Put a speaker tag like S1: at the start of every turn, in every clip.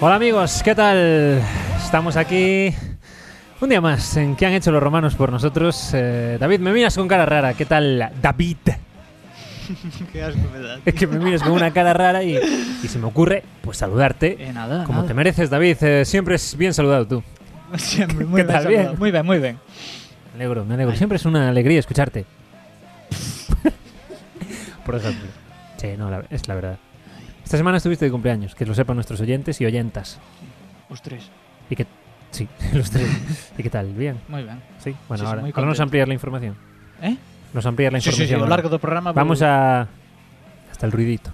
S1: Hola amigos, ¿qué tal? Estamos aquí un día más en ¿Qué han hecho los romanos por nosotros? Eh, David, me miras con cara rara, ¿qué tal David?
S2: Qué asco me da.
S1: Es que me miras con una cara rara y, y se me ocurre pues saludarte.
S2: Eh, nada,
S1: Como te
S2: nada.
S1: mereces, David, Eh, siempre es bien saludado tú.
S2: Siempre, muy
S1: ¿Qué
S2: bien,
S1: tal?
S2: saludado.
S1: Bien.
S2: Muy bien, muy bien.
S1: Me alegro, me alegro. Siempre es una alegría escucharte. Por ejemplo. Sí, no, la- es la verdad. Esta semana estuviste de cumpleaños, que lo sepan nuestros oyentes y oyentas.
S2: Ostras,
S1: Y que... Sí, los tres. ¿Y qué tal? Bien.
S2: muy bien.
S1: Sí, bueno,
S2: Sí, sí,
S1: ahora
S2: muy
S1: vamos
S2: contento.
S1: a ampliar la información.
S2: ¿Eh?
S1: Nos ampliar la
S2: Sí, sí,
S1: información.
S2: sí, a lo
S1: ahora.
S2: largo del programa.
S1: Vamos a... Hasta el ruidito.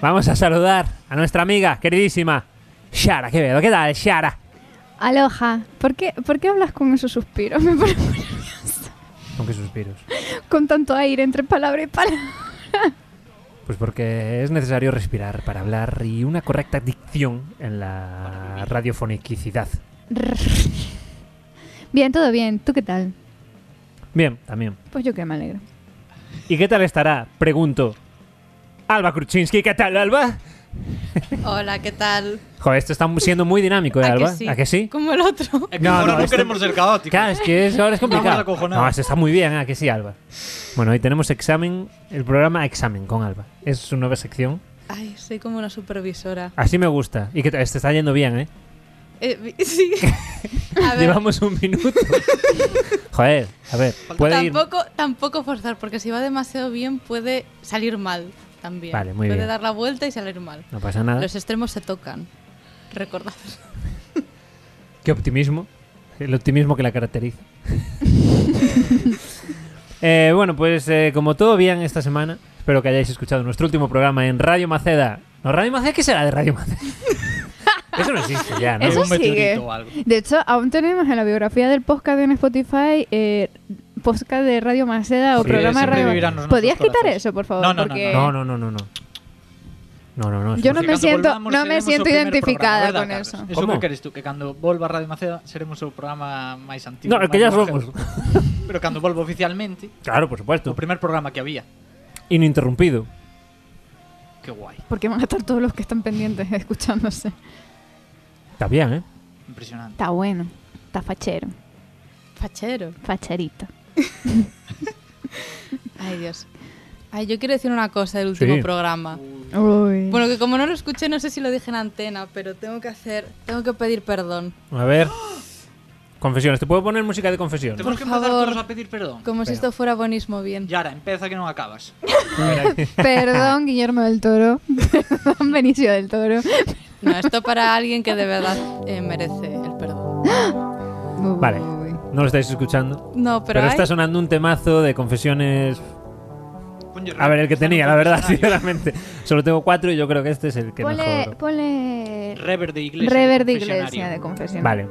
S1: Vamos a saludar a nuestra amiga, queridísima, Shara Quevedo. ¿Qué tal, Shara?
S3: Aloha, ¿por qué, ¿por qué hablas con esos suspiros? Me pone muy nerviosa.
S1: Con qué suspiros.
S3: Con tanto aire entre palabra y palabra.
S1: Pues porque es necesario respirar para hablar y una correcta dicción en la radiofoniquicidad.
S3: Bien, todo bien. ¿Tú qué tal?
S1: Bien, también.
S3: Pues yo que me alegro.
S1: ¿Y qué tal estará? Pregunto. Alba Kruczynski, ¿qué tal, Alba?
S4: Hola, ¿qué tal?
S1: Joder, esto está siendo muy dinámico, ¿eh,
S4: ¿A que
S1: Alba?
S4: sí?
S1: ¿A que sí?
S4: Como el otro.
S2: Es
S1: que No, ahora no, no esto-
S2: queremos
S1: queremos
S2: ser caóticos.
S1: Claro, es que es- ahora es complicado.
S2: Vamos acojonados.
S1: No, esto está muy bien, ¿eh? ¿a que sí, Alba? Bueno, hoy tenemos examen, el programa Examen con Alba. Es su nueva sección.
S4: Ay, soy como una supervisora.
S1: Así me gusta. Y que te te está yendo bien, ¿eh?
S4: Eh, vi- sí. A ver,
S1: Llevamos un minuto. Joder, a ver, puede ir.
S4: tampoco, tampoco forzar, porque si va demasiado bien puede salir mal también.
S1: Vale, muy
S4: puede
S1: bien.
S4: dar la vuelta y salir mal.
S1: No pasa nada.
S4: Los extremos se tocan. Recordad.
S1: Qué optimismo. El optimismo que la caracteriza. Eh, bueno, pues eh, como todo bien esta semana, espero que hayáis escuchado nuestro último programa en Radio Maceda. ¿No, Radio Maceda? ¿Qué será de Radio Maceda? Eso no existe ya, ¿no?
S3: Eso
S2: un meteorito
S3: sigue.
S2: o algo.
S3: De hecho, aún tenemos en la biografía del podcast en Spotify, eh, podcast de Radio Maceda o
S1: Sí,
S3: programa de
S1: siempre
S3: Radio
S2: vivirán
S3: Maceda.
S2: los
S3: ¿Podías
S2: nuestros
S3: quitar
S2: corazones?
S3: eso, por favor?
S2: No, no, no,
S3: Porque
S1: No, no, no, no, no. No, no, no. es
S3: Yo
S1: posible.
S3: no me
S2: Porque
S3: siento-
S2: cuando volvamos
S3: no me
S2: seremos
S3: siento
S2: o primer
S3: identificada
S2: programa,
S3: con
S2: ¿verdad,
S3: eso.
S2: Carlos? Eso
S1: ¿Cómo?
S2: que queres tú, que cando volva a Radio Maceda seremos o programa máis antigo.
S1: No, é
S2: máis
S1: que ya
S2: longevo.
S1: somos.
S2: Pero cando volvo oficialmente,
S1: Claro,
S2: o
S1: por supuesto.
S2: primer programa que había.
S1: Ininterrumpido.
S2: Que guai,
S3: Porque van a estar todos los que están pendientes escuchándose.
S1: Está bien, ¿eh?
S2: impresionante.
S3: Está bueno. Está fachero.
S4: Fachero.
S3: Facherito.
S4: Ay, Dios. Ay, yo quiero decir una cosa del último
S1: Sí.
S4: programa.
S3: Uy.
S4: Bueno, que como no lo escuché, no sé si lo dije en antena, pero tengo que hacer, tengo que pedir perdón.
S1: A ver. Confesiones. ¿Te puedo poner música de confesión?
S2: Temos que
S4: Por
S2: empezar
S4: favor.
S2: todos a pedir perdón.
S4: Como si esto fuera bonismo bien.
S2: Yara, empeza que non acabas.
S3: Perdón, Guillermo del Toro. Perdón, Benicio del Toro.
S4: No, esto para alguien que de verdad eh, merece el perdón.
S3: Uy.
S1: Vale. No lo estáis escuchando.
S4: No, pero,
S1: Pero,
S4: hay-
S1: está sonando un temazo de confesiones.
S2: Ponlle
S1: A ver, el que
S2: reverb,
S1: tenía,
S2: está
S1: la
S2: no
S1: verdad,
S2: funcionario.
S1: sinceramente. Solo tengo cuatro y yo creo que este es el que
S3: Ponle,
S1: mejor.
S3: ponle
S2: Rever de iglesia.
S3: Rever de
S2: confesionario.
S3: Iglesia de confesión.
S1: Vale.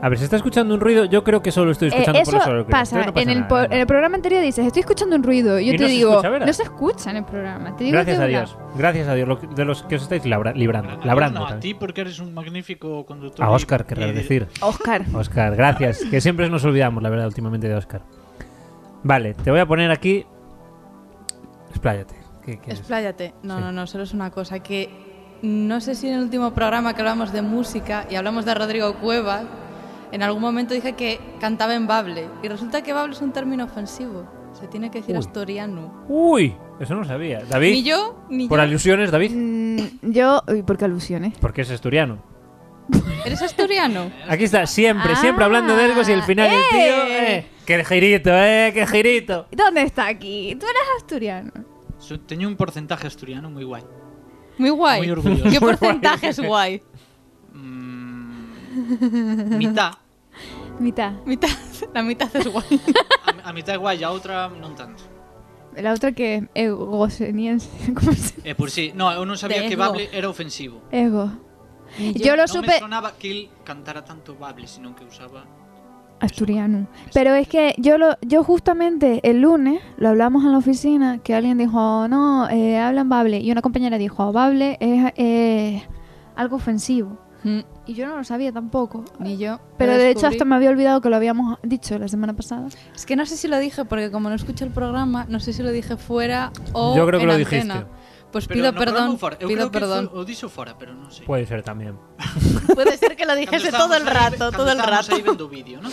S1: A ver, se está escuchando un ruido. Yo creo que solo estoy escuchando por
S3: Eh, eso
S1: los auriculares.
S3: pasa.
S1: Creo que no pasa
S3: en, el
S1: nada, ¿eh?
S3: po-
S1: ¿no?
S3: en el programa anterior dices, estoy escuchando un ruido. Y yo
S1: Y
S3: te
S1: no se
S3: digo,
S1: escucha, ¿verdad?
S3: no se escucha en el programa. Te digo
S1: Gracias
S3: que
S1: a
S3: una".
S1: Dios. Gracias a Dios. lo que- de los que os estáis labra- librando.
S2: Ah,
S1: labrando
S2: no, a ti
S1: también.
S2: porque eres un magnífico conductor.
S1: A Oscar,
S2: que
S1: querrás decir.
S3: Oscar.
S1: Oscar, gracias. Que siempre nos olvidamos, la verdad, últimamente de Oscar. Vale, te voy a poner aquí. Expláyate. ¿Qué quieres?
S4: Expláyate. No,
S1: Sí.
S4: no, no, solo es una cosa que no sé si en el último programa que hablamos de música y hablamos de Rodrigo Cuevas, en algún momento dije que cantaba en bable y resulta que bable es un término ofensivo. Se tiene que decir
S1: Uy.
S4: asturiano.
S1: Uy, eso no sabía. David,
S4: Ni yo, ni
S1: por
S4: yo.
S1: alusiones, David,
S3: Mm, yo, uy, ¿por qué alusiones?
S1: porque es asturiano.
S4: ¿Eres asturiano?
S1: Aquí está, siempre, siempre
S3: Ah,
S1: hablando de algo y al final el tío.
S3: eh.
S1: Eh, ¡Qué girito, eh! ¡Qué girito!
S3: ¿Dónde está aquí? Tú eres asturiano.
S2: Tenía un porcentaje asturiano muy guay.
S4: Muy guay.
S2: Muy orgulloso.
S4: ¿Qué porcentaje es guay?
S2: Mm, mitad.
S3: Mitad.
S4: Mitad- la mitad es guay.
S2: A, a mitad é guai, a outra non tanto.
S3: la otra que es egoceniense. ¿Cómo se
S2: Eh, por si. No, eu non sabía
S4: De
S2: que
S4: ego.
S2: Bable era ofensivo.
S3: Ego.
S4: Ni
S3: Yo lo
S2: non me
S3: supe
S2: sonaba que él cantara tanto Bable, sino que usaba...
S3: asturiano. Pero es que yo lo, yo justamente el lunes lo hablamos en la oficina que alguien dijo, no, eh, hablan bable. Y una compañera dijo, bable es eh, algo ofensivo.
S4: Mm,
S3: Y yo no lo sabía tampoco.
S4: Ni yo.
S3: Pero
S4: Lo
S3: de hecho
S4: descubrí.
S3: hasta me había olvidado que lo habíamos dicho la semana pasada.
S4: Es que no sé si lo dije, porque como no escuché el programa, no sé si lo dije fuera o
S1: Yo creo que
S4: en
S1: lo
S4: antena.
S1: dijiste.
S4: Pues
S2: Pero
S4: pido
S2: no
S4: perdón,
S2: programa fora. Eu
S4: pido
S2: creo que
S4: perdón.
S2: foi- o dixo fora, pero non sei.
S1: Puede ser también.
S4: Puede ser que lo
S2: Cando
S4: dijese
S2: estábamos
S4: todo el
S2: aí-
S4: rato,
S2: cando
S4: todo el
S2: estábamos
S4: rato.
S2: aí vendo o vídeo, non?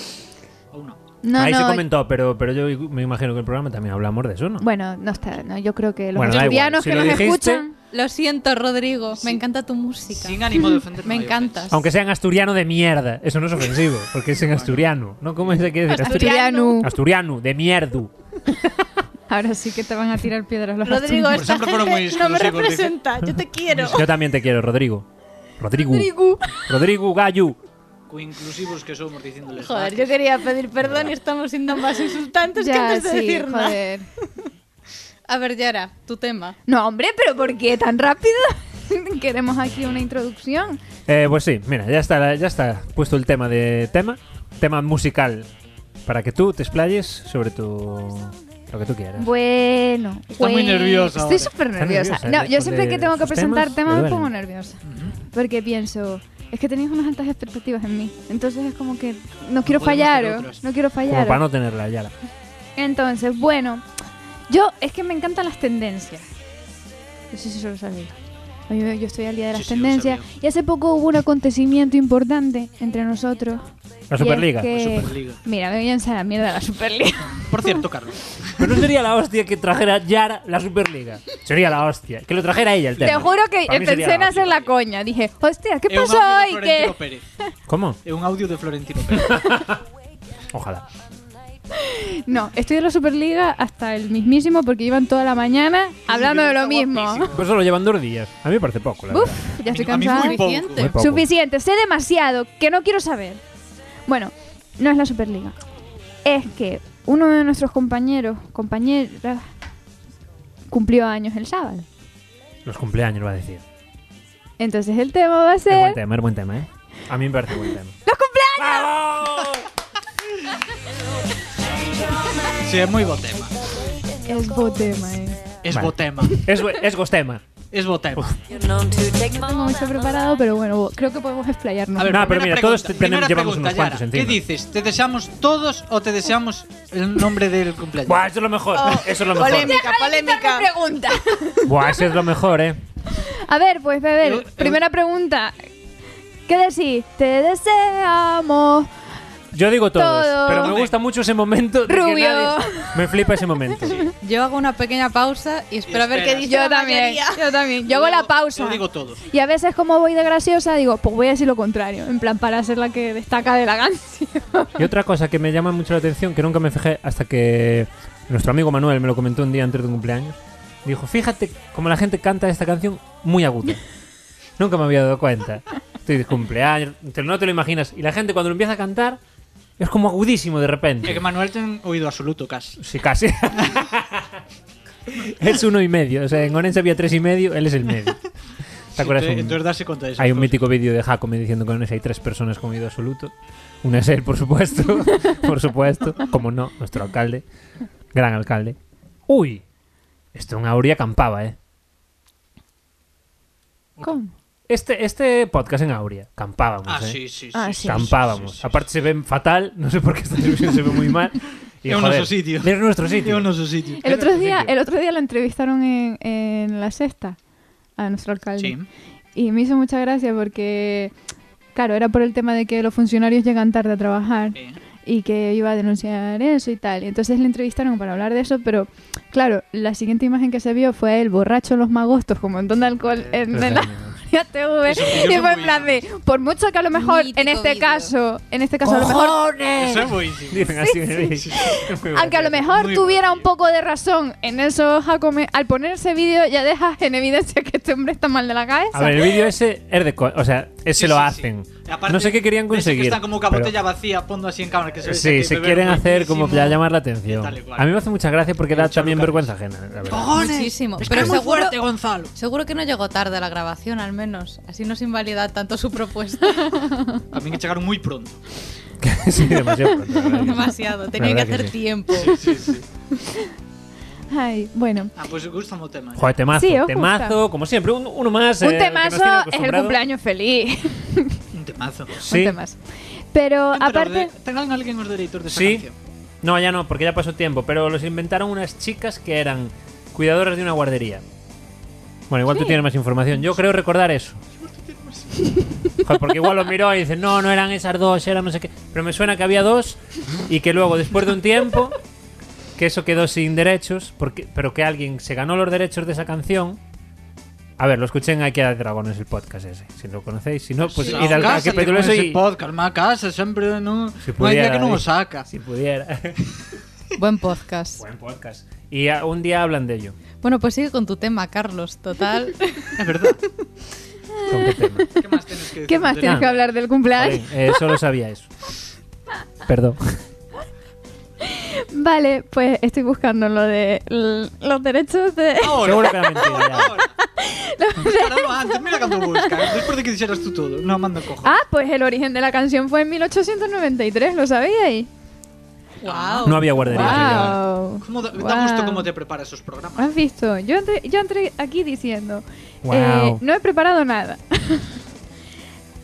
S2: Ou non?
S3: No,
S1: Ahí
S3: no.
S1: se comentó, pero, pero yo me imagino que el programa también hablamos de eso, ¿no?
S3: Bueno, no está. No, yo creo que los
S1: Bueno, da igual.
S3: asturianos
S1: Si
S3: que
S1: lo
S3: nos
S1: dijiste-
S3: escuchan.
S4: Lo siento, Rodrigo. Me encanta tu música.
S2: Sin ánimo de ofender.
S4: Me
S2: no hai
S3: pues
S4: encantas.
S1: Aunque sea en asturiano de mierda. Eso no es ofensivo, porque es en asturiano. ¿No? ¿Cómo se quiere decir?
S3: Asturiano.
S1: Asturiano, de mierdu.
S3: Ahora sí que te van a tirar piedras los
S4: Rodrigo,
S2: Por
S3: asturianos.
S4: esta
S2: siempre fueron muy
S4: gente no me
S2: exclusivos, dice.
S4: representa. Yo te quiero.
S1: Yo también te quiero, Rodrigo. Rodrigo.
S4: Rodrigo.
S1: Rodrigo Gallu.
S2: ofensa. Co inclusivos que somos dicíndoles.
S4: Joder,
S2: "Ah,
S4: yo quería pedir perdón y estamos siendo más insultantes que
S3: Ya,
S4: antes de
S3: sí,
S4: decir nada.
S3: joder.
S4: A ver, Yara, tu tema.
S3: No, hombre, pero ¿por qué tan rápido? Queremos aquí una introducción.
S1: Eh, pues sí, mira, ya está, ya está puesto el tema de tema. Tema musical. Para que tú te explayes sobre tu. lo que tú quieras.
S3: Bueno,
S2: Está muy
S3: bueno.
S2: nerviosa
S3: Estoy
S2: ahora.
S3: súper
S1: Está
S3: nerviosa.
S1: nerviosa,
S3: No,
S1: ¿eh?
S3: yo
S1: Por
S3: siempre
S1: de
S3: que tengo que
S1: sus
S3: presentar
S1: temas,
S3: temas
S1: le
S3: me
S1: duelen.
S3: pongo nerviosa. Porque pienso, es que tenéis unas altas expectativas en mí. Entonces es como que no quiero
S2: podemos
S3: fallar,
S2: tener
S3: ¿o?
S2: otras.
S3: no quiero
S1: Como para
S3: fallar. ¿o?
S1: no tenerla ya.
S3: Entonces, bueno, yo es que me encantan las tendencias. No sé si eso lo sabéis. Yo, yo estoy al día de
S2: Sí,
S3: las
S2: sí, lo
S3: tendencias.
S2: sabía.
S3: Y hace poco hubo un acontecimiento importante entre nosotros.
S1: La
S3: Y es
S1: Superliga.
S3: que-
S2: Superliga.
S3: Mira, me voy a echar a la mierda la Superliga.
S2: Por cierto, Carlos.
S1: Pero no sería la hostia que trajera Yara la Superliga. Sería la hostia. Que lo trajera ella el tema.
S3: Te juro que
S1: Para mí
S3: pensé
S1: sería
S3: en hacer la
S1: hostia.
S3: coña. Dije, hostia, ¿qué
S2: É un
S3: pasó
S2: audio de
S3: hoy?
S2: Florentino
S3: Que...
S2: Pérez.
S1: ¿Cómo?
S2: É un audio de Florentino Pérez.
S1: Ojalá.
S3: No, estoy en la Superliga hasta el mismísimo porque iban toda la mañana hablando de lo
S2: Está
S3: mismo.
S2: guapísimo.
S1: Pero solo llevan dos días. A mí me parece poco, la
S3: Uf,
S1: verdad.
S3: ya estoy
S2: A mí
S3: cansada.
S2: muy pouco.
S4: Suficiente.
S1: Muy poco. ¿eh?
S3: Suficiente, sé demasiado, que no quiero saber. Bueno, no es la Superliga. Es que uno de nuestros compañeros, compañeras, cumplió años el sábado.
S1: Los cumpleaños, va a decir.
S3: Entonces el tema va a
S1: Es buen
S3: ser...
S1: tema, es buen tema, ¿eh? A mí me parece buen tema. ¡Los cumpleaños!
S2: ¿eh? Sí, é moi bo tema.
S3: Es buen tema, eh.
S2: Es
S1: Vale.
S2: bo tema.
S1: Es, bu- es gostema.
S2: Es bo tema.
S3: No tengo mucho preparado, pero bueno, creo que podemos explayarnos.
S2: A ver,
S1: Nah, pero
S2: primera
S1: mira, todos
S2: pregunta,
S1: te- tenemos-
S2: primera
S1: llevamos
S2: pregunta,
S1: unos cuantos
S2: Yara.
S1: encima.
S2: ¿Qué dices? ¿Te deseamos todos o te deseamos el nombre del cumpleaños?
S1: Buah, eso es lo mejor.
S3: Oh,
S1: Eso es lo mejor.
S4: Polémica, polémica.
S3: pregunta.
S1: Buah, eso es lo mejor, ¿eh?
S3: A ver, pues, a ver,
S2: Eu- eu-
S3: primera pregunta. ¿Qué decís? Te deseamos.
S1: Yo digo todos,
S3: Todo.
S1: pero me gusta mucho ese momento. de que
S3: Rubio.
S1: nadie- Me flipa ese momento.
S4: Yo hago una pequeña pausa y espero a ver qué
S2: esperas.
S4: dice
S3: Yo
S4: la
S3: también,
S4: mayoría.
S3: yo también. Yo hago la
S2: digo-
S3: pausa.
S2: Yo digo todos.
S3: Y a veces, como voy de graciosa, digo, pues voy a decir lo contrario. En plan, para ser la que destaca de la canción.
S1: Y otra cosa que me llama mucho la atención, que nunca me fijé hasta que nuestro amigo Manuel me lo comentó un día antes de un cumpleaños. Dijo, fíjate cómo la gente canta esta canción muy aguda. nunca me había dado cuenta. Estoy de cumpleaños, te- no te lo imaginas. Y la gente cuando lo empieza a cantar es como agudísimo
S2: É
S1: de
S2: que
S1: repente.
S2: Manuel ten oído absoluto casi.
S1: Sí, casi. es uno y medio. O sea, en Orense había tres y medio, él es el medio. ¿Te acuerdas?
S2: Entonces,
S1: un-
S2: entonces darse cuenta de eso.
S1: Hay un mítico vídeo de Jacome diciendo que en ese hay tres personas con oído absoluto. Una es él, por supuesto. por supuesto. Como no, nuestro alcalde. Gran alcalde. ¡Uy! Esto en Auria campaba, ¿eh?
S3: ¿Cómo?
S1: Este, este podcast en Auria campábamos,
S2: Ah,
S1: ¿eh?
S2: sí, sí, sí.
S3: Ah, sí.
S1: Campábamos.
S2: Sí, sí, sí.
S1: Aparte se ven fatal. No sé por qué esta televisión se ve muy mal. Y,
S2: É un
S1: joder,
S2: noso sitio.
S1: Es nuestro sitio.
S2: Eu no sé sitio.
S3: El otro,
S1: otro
S3: día,
S1: sitio.
S3: el otro día la entrevistaron en, en La Sexta a nuestro alcalde.
S2: Sí.
S3: Y me hizo mucha gracia porque, claro, era por el tema de que los funcionarios llegan tarde a trabajar.
S2: Eh,
S3: y que iba a denunciar eso y tal. Y entonces le entrevistaron para hablar de eso, pero claro, la siguiente imagen que se vio fue el borracho en los magostos con un montón de alcohol
S1: Eh,
S3: en, en la Gloria TV.
S2: Eso que yo
S3: Y
S2: no
S3: fue en
S2: voy.
S3: plan de, por mucho que a lo mejor en
S4: Mítico
S3: este
S4: vídeo.
S3: caso, en este caso a lo mejor,
S2: Eso es buenísimo.
S1: Dicen así. Es muy
S3: aunque a
S1: gracioso.
S3: lo mejor
S2: Muy
S3: tuviera
S2: bueno,
S3: un poco de razón en eso, Jacome, al poner ese vídeo ya dejas en evidencia que este hombre está mal de la cabeza.
S1: A ver, el vídeo ese es de. co- O sea, ese
S2: Sí,
S1: lo
S2: sí, sí.
S1: hacen.
S2: Y aparte,
S1: no sé qué querían
S2: ves que
S1: conseguir.
S2: Están como
S1: pero-
S2: cabotella vacía, pondo así en cámara. Que se ve que hay
S1: Sí, se
S2: beber
S1: quieren hacer
S2: muchísimo.
S1: como para llamar la atención.
S2: y tal y cual.
S1: A mí me hace mucha gracia porque da
S2: Mucho
S1: también
S2: lugar.
S1: vergüenza ajena. la verdad.
S2: ¡Cojones!
S4: Muchísimo.
S2: Es que
S4: Pero
S2: es muy
S4: seguro-
S2: fuerte, Gonzalo.
S4: Seguro que no llegó tarde a la grabación, al menos. Así nos invalida tanto su propuesta.
S2: También que llegaron muy pronto.
S1: sí, demasiado. pronto, la verdad que sí.
S4: Demasiado. Tenía que
S1: verdad que
S4: hacer
S1: sí.
S4: tiempo.
S2: Sí, sí.
S3: Ay, bueno.
S2: Ah, pues gusta el tema. ¿eh?
S1: Joder, temazo,
S3: Sí, os
S1: temazo, como siempre, un- uno más. eh,
S3: Un
S1: que nos tiene
S3: temazo es el
S1: acostumbrado.
S3: cumpleaños feliz.
S2: Un temazo.
S3: Un
S1: Sí,
S3: temazo. Pero
S2: Eh, pero
S3: aparte,
S2: de- tengan alguien los derechos de esa
S1: Sí.
S2: canción.
S1: no, ya no, porque ya pasó tiempo, pero los inventaron unas chicas que eran cuidadoras de una guardería. Bueno, igual tú tienes más información. Yo creo recordar eso. Joder, porque igual lo miró y dice, no, no eran esas dos, eran no sé qué. Pero me suena que había dos y que luego, después de un tiempo, que eso quedó sin derechos, porque, pero que alguien se ganó los derechos de esa canción. A ver, lo escuché en Aquí hay Dragones, el podcast ese. Si lo conocéis, si no, pues
S2: Sí.
S1: ir al
S2: Casa,
S1: capítulo
S2: tengo
S1: ese
S2: ese
S1: y...
S2: podcast, más casa, siempre no.
S1: Si
S2: no hay día
S1: pudiera,
S2: que no lo
S1: eh.
S2: saca.
S1: Si pudiera.
S4: Buen podcast.
S1: Buen podcast. Y ah, un día hablan de ello.
S4: Bueno, pues sigue con tu tema, Carlos. Total.
S2: Es verdad.
S1: ¿Con qué tema?
S2: ¿Qué más tienes que decir?
S3: ¿qué más
S2: De
S3: tienes
S2: nada.
S3: que hablar del cumpleaños?
S1: Jolín, eh, solo sabía eso. Perdón.
S3: Vale, pues estoy buscando lo de l- los derechos de.
S2: Ahora,
S1: Seguro que era mentira. ya.
S2: ahora. Buscaralo antes, mira cando busca. ¿eh? Después de que dijeras tú todo. No, mando cojo.
S3: Ah, pues el origen de la canción fue en 1893, ¿lo sabíais?
S4: wow.
S1: No había guardería.
S3: Wow.
S2: Como da, da
S3: Wow.
S2: gusto cómo te preparas esos programas.
S3: ¿Has visto? Yo entré, yo entré aquí diciendo,
S1: Wow.
S3: eh, no he preparado nada.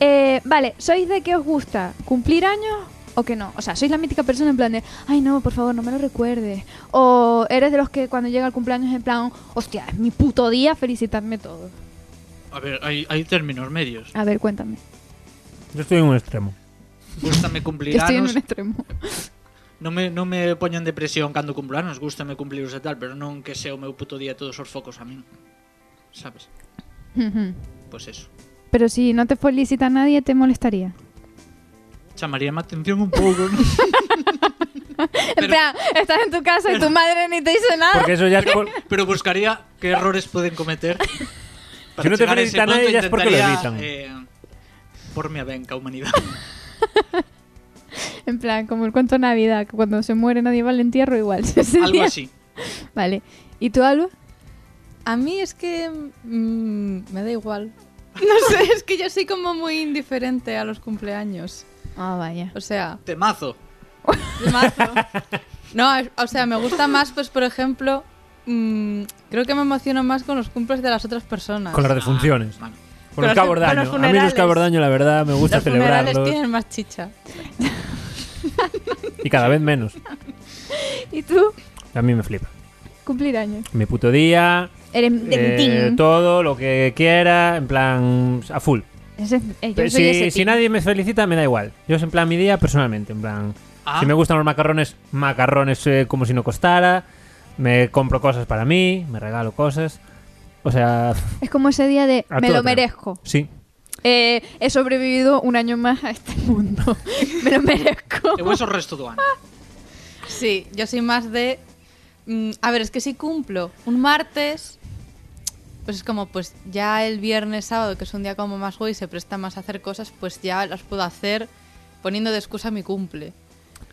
S3: Eh, vale, ¿sois de que os gusta? ¿Cumplir años o que no? O sea, ¿sois la mítica persona en plan de, ay no, por favor, no me lo recuerdes? ¿O eres de los que cuando llega el cumpleaños en plan, hostia, es mi puto día, felicitadme todos?
S2: A ver, hay, hay términos medios.
S3: A ver, cuéntame.
S1: Yo estoy en un extremo.
S2: Gústame
S3: Que
S2: cumplir
S3: estoy en
S2: anos.
S3: un extremo.
S2: Non me, non me poñan depresión cando cumplo anos. Gústame cumpliros e tal, pero non que sea o meu puto día todos os focos a min. Sabes?
S3: Ujú.
S2: Pois eso.
S3: Pero si no te felicita nadie, te molestaría.
S2: Chamaría má atención un pouco, non?
S3: en plan, estás en tu casa y tu madre ni te dice nada.
S1: Porque eso ya es por-
S2: pero buscaría que errores poden cometer.
S1: Si non te
S2: chegar a ese
S1: felicitan a
S2: punto,
S1: ellas, porque lo
S2: intentaría,
S1: evitan.
S2: Eh, porme a venca, humanidade.
S3: En plan, como el cuento de Navidad, que cuando se muere nadie va al entierro, igual. sería-
S2: Algo así.
S3: Vale. ¿Y tú, Alba?
S4: A mí es que mm, me da igual. No sé, es que yo soy como muy indiferente a los cumpleaños.
S3: Ah, vaya.
S4: O sea,
S2: Temazo.
S4: mazo. No, es- o sea, me gusta más, pues, por ejemplo, mm, creo que me emociono más con los cumples de las otras personas.
S1: con las defunciones.
S2: Ah, vale.
S1: Con los
S4: los-
S1: cabos
S4: con los
S1: daño. A mí los
S4: funerales.
S1: cabos daño, la verdad, me gusta
S4: los funerales
S1: celebrarlos.
S4: tienen más chicha.
S1: Y cada vez menos.
S3: ¿Y tú?
S1: A mí me flipa.
S3: Cumplir años.
S1: Mi puto día.
S3: Eres
S1: eh,
S3: ting.
S1: todo lo que quiera, en plan, a full.
S3: Ese- eh, yo
S1: Pero
S3: soy
S1: si,
S3: ese
S1: si
S3: team.
S1: nadie me felicita, me da igual. Yo es en plan mi día personalmente, en plan...
S2: Ah.
S1: Si me gustan los macarrones, macarrones eh, como si no costara. Me compro cosas para mí, me regalo cosas. O sea,
S3: Es como ese día de
S1: A
S3: me
S1: toda
S3: lo
S1: pena.
S3: merezco.
S1: sí.
S3: Eh, he sobrevivido un año más a este mundo. me lo merezco.
S2: Eu eso o resto do ano.
S4: Sí, yo soy más de... mm, a ver, es que si cumplo un martes, pues es como, pues ya el viernes, sábado, que es un día como más hoy, se presta más a hacer cosas, pues ya las puedo hacer poniendo de excusa mi cumple.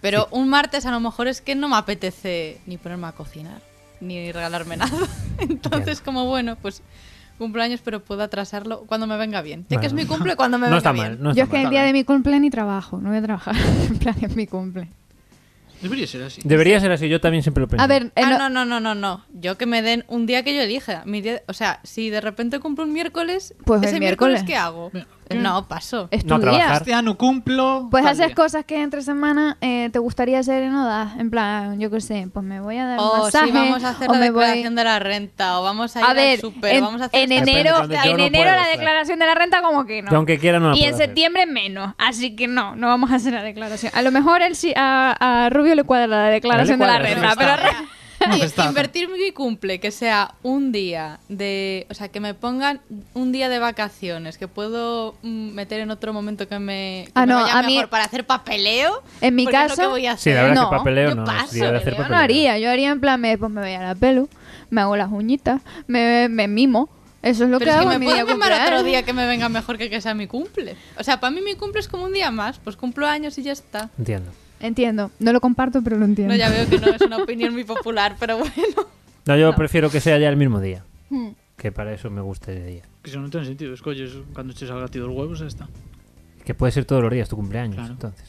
S4: Pero un martes a lo mejor es que no me apetece ni ponerme a cocinar, ni regalarme nada. Entonces, como bueno, pues cumpleaños, pero puedo atrasarlo cuando me venga bien. Ya que es
S1: Bueno.
S4: mi cumple, cuando me
S1: No
S4: venga
S1: está
S4: bien.
S1: mal. No
S3: yo
S1: está
S3: es que el
S1: mal. ¿eh?
S3: día de mi cumple ni trabajo. No voy a trabajar. en plan, es mi cumple.
S2: Debería ser así.
S1: Debería ser así, yo también siempre lo pensé.
S3: A ver, eh,
S4: Ah,
S3: no-
S4: no, no, no, no, no. Yo que me den un día que yo elija. Mi día- o sea, si de repente cumplo un miércoles,
S3: Pues
S4: ese
S3: el miércoles.
S4: miércoles. ¿qué hago? Eh,
S2: ¿Qué?
S4: No, paso.
S3: es tu
S1: No
S3: día.
S1: trabajar.
S2: Este ano cumplo...
S3: Pues
S2: tal
S3: haces
S2: día.
S3: cosas que entre semana eh, te gustaría hacer en Oda. En plan, yo qué sé, pues me voy a dar un
S4: O
S3: masaje.
S4: si Oh, vamos a hacer
S3: o
S4: la
S3: me voy-
S4: declaración de la renta, o vamos a ir
S3: A ver,
S4: al súper,
S3: en,
S4: vamos a hacer
S3: en
S4: estas-
S1: Depende
S3: enero,
S1: cuando yo
S3: en
S1: no
S3: enero
S1: puedo,
S3: la
S1: claro.
S3: declaración de la renta como que no.
S1: Yo aunque quiera no la
S3: y
S1: puedo
S3: en
S1: hacer.
S3: septiembre menos, así que no, no vamos a hacer la declaración. A lo mejor él sí, a, a Rubio le cuadra la declaración
S1: cuadra,
S3: de
S1: sí,
S3: la renta, pero
S4: O sea,
S2: No,
S4: y-
S2: está.
S4: Invertir mi cumple, que sea un día de. O sea, que me pongan un día de vacaciones, que puedo mm, meter en otro momento que me. que
S3: Ah,
S4: me
S3: no,
S4: vaya
S3: a mí-
S4: mejor para hacer papeleo.
S3: en mi
S4: porque es lo
S3: caso,
S4: que voy a
S1: Sí, la
S4: hacer.
S1: verdad
S3: No,
S1: que papeleo
S4: yo
S1: no.
S4: paso,
S1: es día de hacer
S4: yo no
S3: yo no
S1: papeleo.
S3: haría, yo haría en plan, me, pues me voy a la pelu, me hago las uñitas, me, me mimo, Eso es lo
S4: Pero
S3: que
S4: es que
S3: hago en
S4: me
S3: mi
S4: puedo
S3: día
S4: firmar
S3: cultural.
S4: otro día que me venga mejor que que sea mi cumple. O sea, para mí mi cumple es como un día más. Pues cumplo años y ya está.
S1: Entiendo.
S3: Entiendo. No lo comparto, pero lo entiendo.
S4: No, ya veo que no es una opinión muy popular, pero bueno.
S1: No, yo prefiero que sea ya el mismo día.
S3: Hmm.
S1: Que para eso me gusta ese día.
S2: Que si no tiene sentido, escolles cuando eches al gatito los huevos, ya está.
S1: Que puede ser todos los días tu cumpleaños,
S2: Claro.
S1: entonces.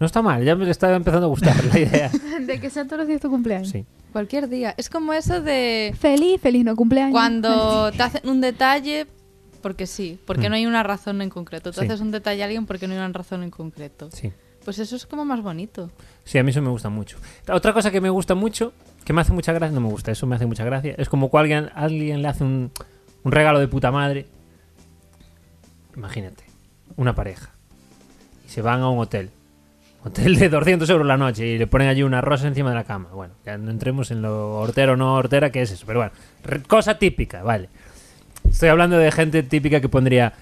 S1: No está mal, ya me está empezando a gustar la idea.
S3: De que sea todos los días tu cumpleaños.
S1: Sí.
S4: Cualquier día. Es como eso de
S3: Feliz, feliz no cumpleaños.
S4: cuando te hacen un detalle porque sí, porque no hay una razón en concreto. Te
S1: Sí.
S4: haces un detalle a alguien porque no hay una razón en concreto.
S1: Sí.
S4: Pues eso es como más bonito.
S1: Sí, a mí eso me gusta mucho. Otra cosa que me gusta mucho, que me hace mucha gracia, no me gusta, eso me hace mucha gracia, es como cuando alguien, alguien le hace un, un regalo de puta madre. Imagínate, una pareja. Y se van a un hotel. Hotel de 200 euros la noche y le ponen allí una rosa encima de la cama. Bueno, ya no entremos en lo hortero o no hortera, que es eso. Pero bueno, re- cosa típica, vale. Estoy hablando de gente típica que pondría...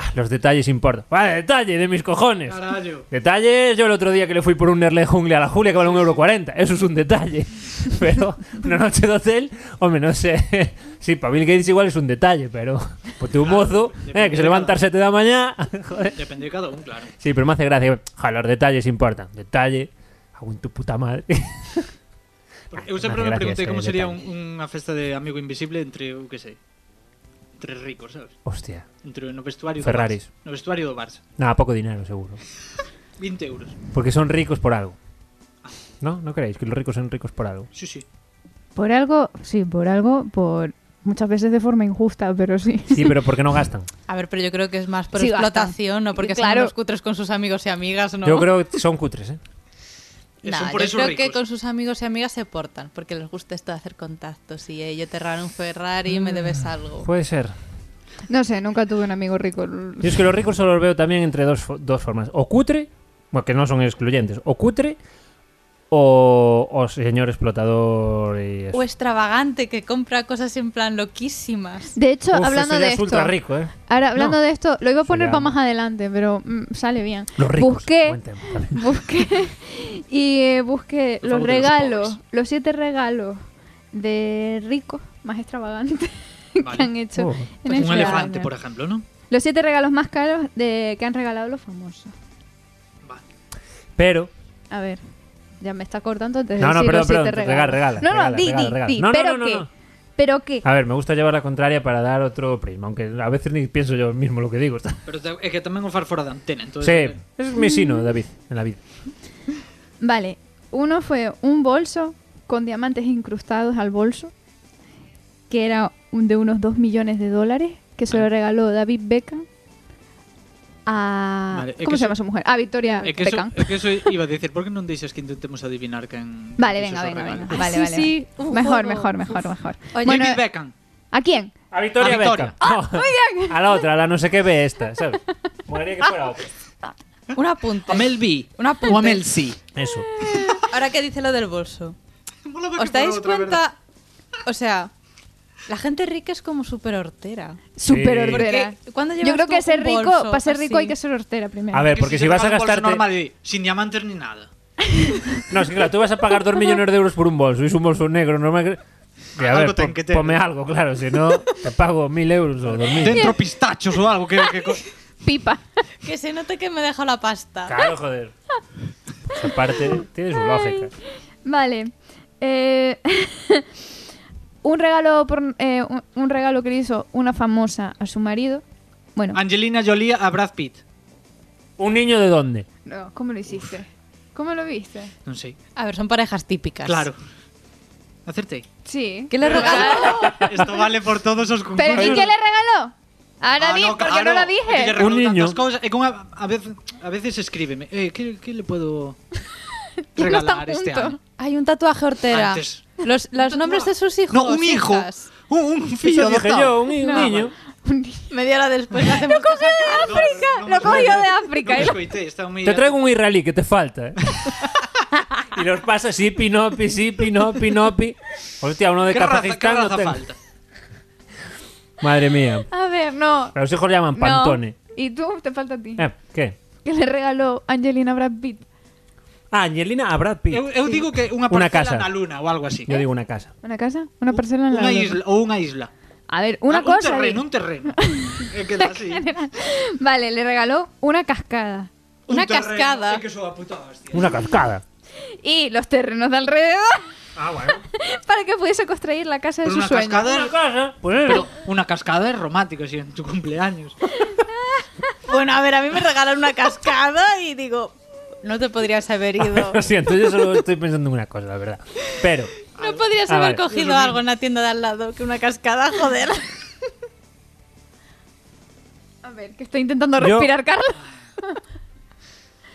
S1: "Ah, los detalles importan. Vale, detalle de mis cojones.
S2: Carajo.
S1: Detalles, yo el otro día que le fui por un Nerle Jungle a la Julia que vale un euro cuarenta. Eso es un detalle. Pero una noche de hotel, hombre, no sé. Sí, para Bill Gates igual es un detalle, pero. Pues tu mozo,
S2: depende
S1: eh, que se
S2: de
S1: levanta a las 7 de la mañana. Joder.
S2: Depende de cada uno, claro.
S1: Sí, pero me hace gracia. Joder, los detalles importan. Detalle. Hago en tu puta madre.
S2: Eu
S1: me
S2: sempre me
S1: hace gracia
S2: preguntei
S1: ese
S2: como sería un,
S1: detalle.
S2: unha festa de amigo invisible entre, eu que sei, entre ricos, sabes?
S1: Hostia.
S2: Entre no vestuario do
S1: Ferraris.
S2: Barça. No vestuario do Barça.
S1: Nada, poco dinero, seguro.
S2: 20 euros.
S1: Porque son ricos por algo. ¿No? ¿No creéis que los ricos son ricos por algo?
S2: Sí, sí.
S3: Por algo, sí, por algo, por muchas veces de forma injusta, pero sí.
S1: Sí, pero porque no gastan.
S4: A ver, pero yo creo que es más por
S3: Sí, basta.
S4: explotación, no porque
S3: Claro.
S4: son unos cutres con sus amigos y amigas, ¿no?
S1: Yo creo que son cutres, ¿eh?
S2: E son
S4: Nah,
S2: por
S4: yo
S2: eso
S4: creo
S2: ricos.
S4: que con sus amigos y amigas se portan, porque les gusta esto de hacer contactos y eh, yo te regalo un Ferrari, me debes algo.
S1: Puede ser.
S3: No sé, nunca tuve un amigo rico.
S1: Yo es que los ricos solo los veo también entre dos, fo- dos formas. O cutre, bueno, que no son excluyentes, o cutre o, o señor explotador y eso.
S4: O extravagante que compra cosas en plan loquísimas.
S3: De hecho,
S1: Uf, eso
S3: hablando
S1: ya
S3: de
S1: es
S3: esto,
S1: ultra rico, ¿eh?
S3: ahora hablando
S1: No.
S3: de esto, lo iba a poner
S1: ya-
S3: para más adelante, pero mm, sale bien.
S1: Los ricos.
S3: Busqué,
S1: buen tema, vale.
S3: busqué y eh, busqué
S2: Por
S3: los
S2: favor, de los
S3: regalos, los,
S2: pobres.
S3: siete regalos de ricos más extravagantes que
S2: Vale.
S3: han hecho.
S1: Oh.
S3: en
S2: Un
S3: este
S2: elefante,
S3: año.
S2: por ejemplo, ¿no?
S3: Los siete regalos más caros de que han regalado los famosos.
S2: Vale.
S1: Pero,
S3: A ver, ya me está cortando antes de
S1: No, no,
S3: decir
S1: perdón,
S3: los siete
S1: perdón,
S3: regalos.
S1: regala, regala,
S3: no, no,
S1: regala,
S3: di,
S1: regala,
S3: di,
S1: regala.
S3: di,
S1: No, no,
S3: pero
S1: no, no,
S3: qué,
S1: no.
S3: pero qué.
S1: a ver, me gusta llevar la contraria para dar otro prisma, aunque a veces ni pienso yo mismo lo que digo.
S2: Pero te- é que tamén o far fora da antena, entonces... eh,
S1: Sí, ese es mi sino, David, en la vida.
S3: Vale, uno fue un bolso con diamantes incrustados al bolso, que era un- de unos 2 millones de dólares, que se lo regaló David Beckham a...
S2: Vale, es que
S3: ¿Cómo se
S2: eso-
S3: llama su mujer? A Victoria
S2: É que, eso,
S3: Beckham.
S2: é que eso iba a decir, por que non deixas que intentemos adivinar quen...
S3: Vale,
S2: quen fixo
S3: venga,
S2: ese
S3: venga, venga.
S2: regalo?
S3: Vale, vale,
S4: Ah, sí,
S3: vale.
S4: sí, un
S3: Mejor,
S4: juego.
S3: mejor, mejor, mejor.
S4: Oye,
S3: Bueno, eh,
S2: David Beckham.
S3: ¿A quién?
S1: A Victoria
S2: A Victoria.
S1: Beckham. No, A la otra, a la no sé qué ve esta, ¿sabes? Molaría que fuera otra.
S4: Un apunte.
S2: A Mel B.
S4: Un apunte.
S2: Ou a Mel C.
S1: Eso.
S4: Ahora que dice lo del bolso.
S2: Mola ver que
S4: ¿Os
S2: fora
S4: dais
S2: outra, verdad.
S4: cuenta? O sea, la gente rica es como súper hortera.
S3: Súper
S1: Sí.
S3: hortera.
S4: Porque, ¿cuándo
S3: Yo creo
S4: llevas tú
S3: que ser
S4: un
S3: rico,
S4: bolso
S3: para ser rico
S4: así?
S3: hay que ser hortera primero.
S1: A ver,
S2: Que
S1: porque
S2: se
S1: si vas a
S2: regala un bolso
S1: gastarte...
S2: Normal, y sin diamantes ni nada.
S1: No, es que claro, tú vas a pagar 2 millones de euros por un bolso y es un bolso negro normal. Que... Y
S2: Ah,
S1: a
S2: Algo
S1: ver,
S2: ten
S1: pon-
S2: que ten.
S1: ponme algo, claro, si no te pago 1000 euros o 2000.
S2: Dentro pistachos o algo que... que co-
S3: Pipa.
S4: Que se note que me dejo la pasta.
S1: Claro, joder. Pues aparte, tiene su lógica.
S3: Vale. Eh, un regalo por, eh, un, un regalo que le hizo una famosa a su marido. Bueno,
S2: Angelina Jolie a Brad Pitt.
S1: ¿Un niño de dónde?
S3: no, ¿cómo lo hiciste? ¿Cómo lo viste?
S2: Non sei.
S4: A ver, son parejas típicas.
S2: Claro. Acertei.
S3: Sí.
S4: ¿Qué le regaló?
S2: Esto vale por todos os concursos.
S3: Pero, ¿Y qué le regaló? Ahora
S2: Ah,
S3: di, porque
S2: claro,
S3: no lo
S2: porque lle
S3: dije.
S2: regalo
S1: Un niño.
S2: tantas Cousas, é que unha, a, veces, a veces escríbeme, eh, que, que le puedo
S3: Ya no
S2: regalar
S3: están
S2: este
S3: juntos.
S2: ano?
S4: Hay un tatuaje hortera.
S2: Antes.
S4: Los, los nombres de sus hijos.
S2: No, un hijo.
S4: hijas.
S2: Un, un fillo
S1: Eso dije
S2: adoptado.
S1: yo, un, ni- un
S3: No.
S1: niño.
S4: Media hora después le hacemos cosas.
S2: África,
S3: Lo cogió de África.
S2: Non me escoitei, está moi...
S1: Te traigo un israelí que te falta. ¿eh? y los pasas, sí, pinopi, sí, pinopi, nopi. Hostia, uno de
S2: Que raza, que
S1: Kazajistán no
S2: raza
S1: tengo.
S2: falta?
S1: Madre mía.
S3: A ver, no.
S1: A los hijos le llaman Pantone.
S3: No. Y tú, te falta a ti.
S1: Eh, ¿Qué?
S3: ¿Qué le regaló Angelina Brad Pitt?
S1: Ah, Angelina a Brad Pitt.
S2: Eu, eu digo que unha
S1: Una
S2: parcela
S1: casa.
S2: na luna ou algo así.
S1: Yo digo una casa.
S3: ¿Una casa? ¿Una parcela en la
S2: Unha
S3: luna?
S2: isla, ou unha isla.
S3: A ver,
S2: Ah,
S3: una cosa.
S2: Un
S3: di-
S2: terreno, un terreno. Eh, queda así.
S3: Vale, le regaló una cascada.
S2: Un
S4: Una
S2: terreno,
S4: cascada.
S2: eh, que eso va puta hostia.
S1: Una cascada.
S3: Y los terrenos de alrededor
S1: Ah, bueno.
S3: para que pudiese construir la casa de
S2: Pero una
S3: sus sueños.
S2: cascada,
S1: Casa, pues
S2: pero una cascada es romántico, si en tu cumpleaños.
S4: Bueno, a ver, a mí me regalan una cascada y digo, no te podrías haber ido.
S1: Lo siento, yo solo estoy pensando en una cosa, la verdad. Pero,
S4: No podrías
S1: Ah,
S4: haber
S1: vale.
S4: cogido algo en la tienda de al lado que una cascada, joder.
S3: A ver, que estoy intentando
S1: Yo-
S3: respirar, Carlos.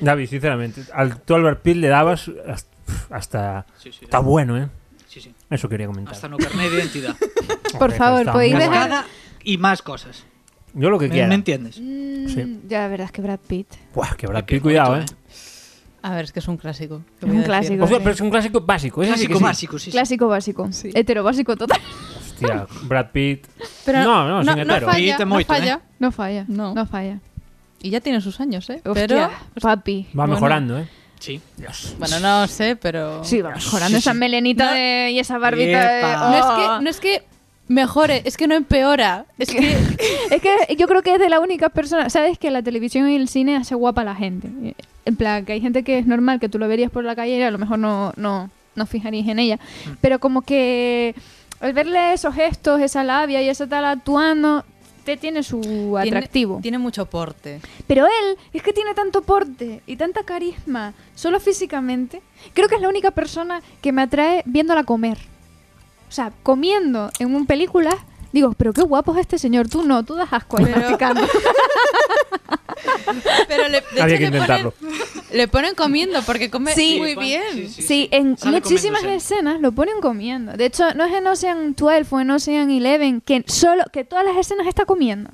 S1: David, sinceramente, al, tú al Pitt le dabas hasta. hasta-
S2: Sí, sí.
S1: está bueno, ¿eh?
S2: Sí, sí.
S1: Eso quería comentar.
S2: Hasta no carné de identidad.
S3: Por
S1: Hombre,
S3: favor,
S1: está
S3: podéis
S1: muy
S3: dejar-
S1: bueno.
S2: Cascada y más cosas.
S1: Yo lo que
S2: ¿Me,
S1: quiera.
S2: me entiendes?
S1: Sí.
S3: Mm, Ya, la verdad es que Brad Pitt.
S1: Buah, que Brad
S2: Qué
S1: Pitt, cuidado, ¿eh?
S2: bonito,
S4: A ver, es que es un clásico. ¿qué
S3: Es
S4: voy
S3: un
S4: a decir?
S3: clásico.
S1: O sea, pero es un clásico básico. Ese sí
S2: ¿eh? Clásico
S1: Pues que sí.
S2: básico, sí. sí.
S3: Clásico básico.
S4: Sí.
S3: Hetero básico total.
S1: Hostia, Brad Pitt.
S4: Pero
S1: no, no, sin hetero.
S2: falla. Pillita moito,
S4: falla.
S2: eh.
S3: No falla.
S4: No.
S3: No, falla.
S4: Y ya tiene sus años, ¿eh?
S3: Hostia,
S4: Pero,
S3: papi.
S1: Va
S4: Bueno.
S1: mejorando, ¿eh?
S2: Sí.
S4: bueno, no sé, pero...
S3: Sí, va mejorando esa melenita
S4: No.
S3: de- y esa barbita. de-
S2: Epa.
S4: No es
S3: Oh.
S4: que, no es que mejore, es que no empeora. Es que...
S3: Es que yo creo que es de la única persona. Sabes que la televisión y el cine hace guapa a la gente. Eh, En plan, que hay gente que es normal que tú lo verías por la calle y a lo mejor no, no, no fijarías en ella. Pero como que al verle esos gestos, esa labia y esa tal actuando, te tiene su atractivo.
S4: Tiene, tiene mucho porte.
S3: Pero él es que tiene tanto porte y tanta carisma, solo físicamente. Creo que es la única persona que me atrae viéndola comer. O sea, comiendo en un película, digo, pero qué guapo es este señor. Tú no, tú das asco ahí
S4: Pero-
S3: masticando.
S4: Pero le, de hecho,
S1: Había que
S4: le
S1: intentarlo.
S4: Ponen, le ponen comiendo porque come
S3: Sí.
S4: muy
S2: Sí,
S4: bien.
S2: sí, sí.
S3: Sí, en
S2: Sale
S3: muchísimas
S2: comiéndose.
S3: escenas lo ponen comiendo. De hecho, no es en Ocean 12 o en Ocean 11 que solo que todas las escenas está comiendo.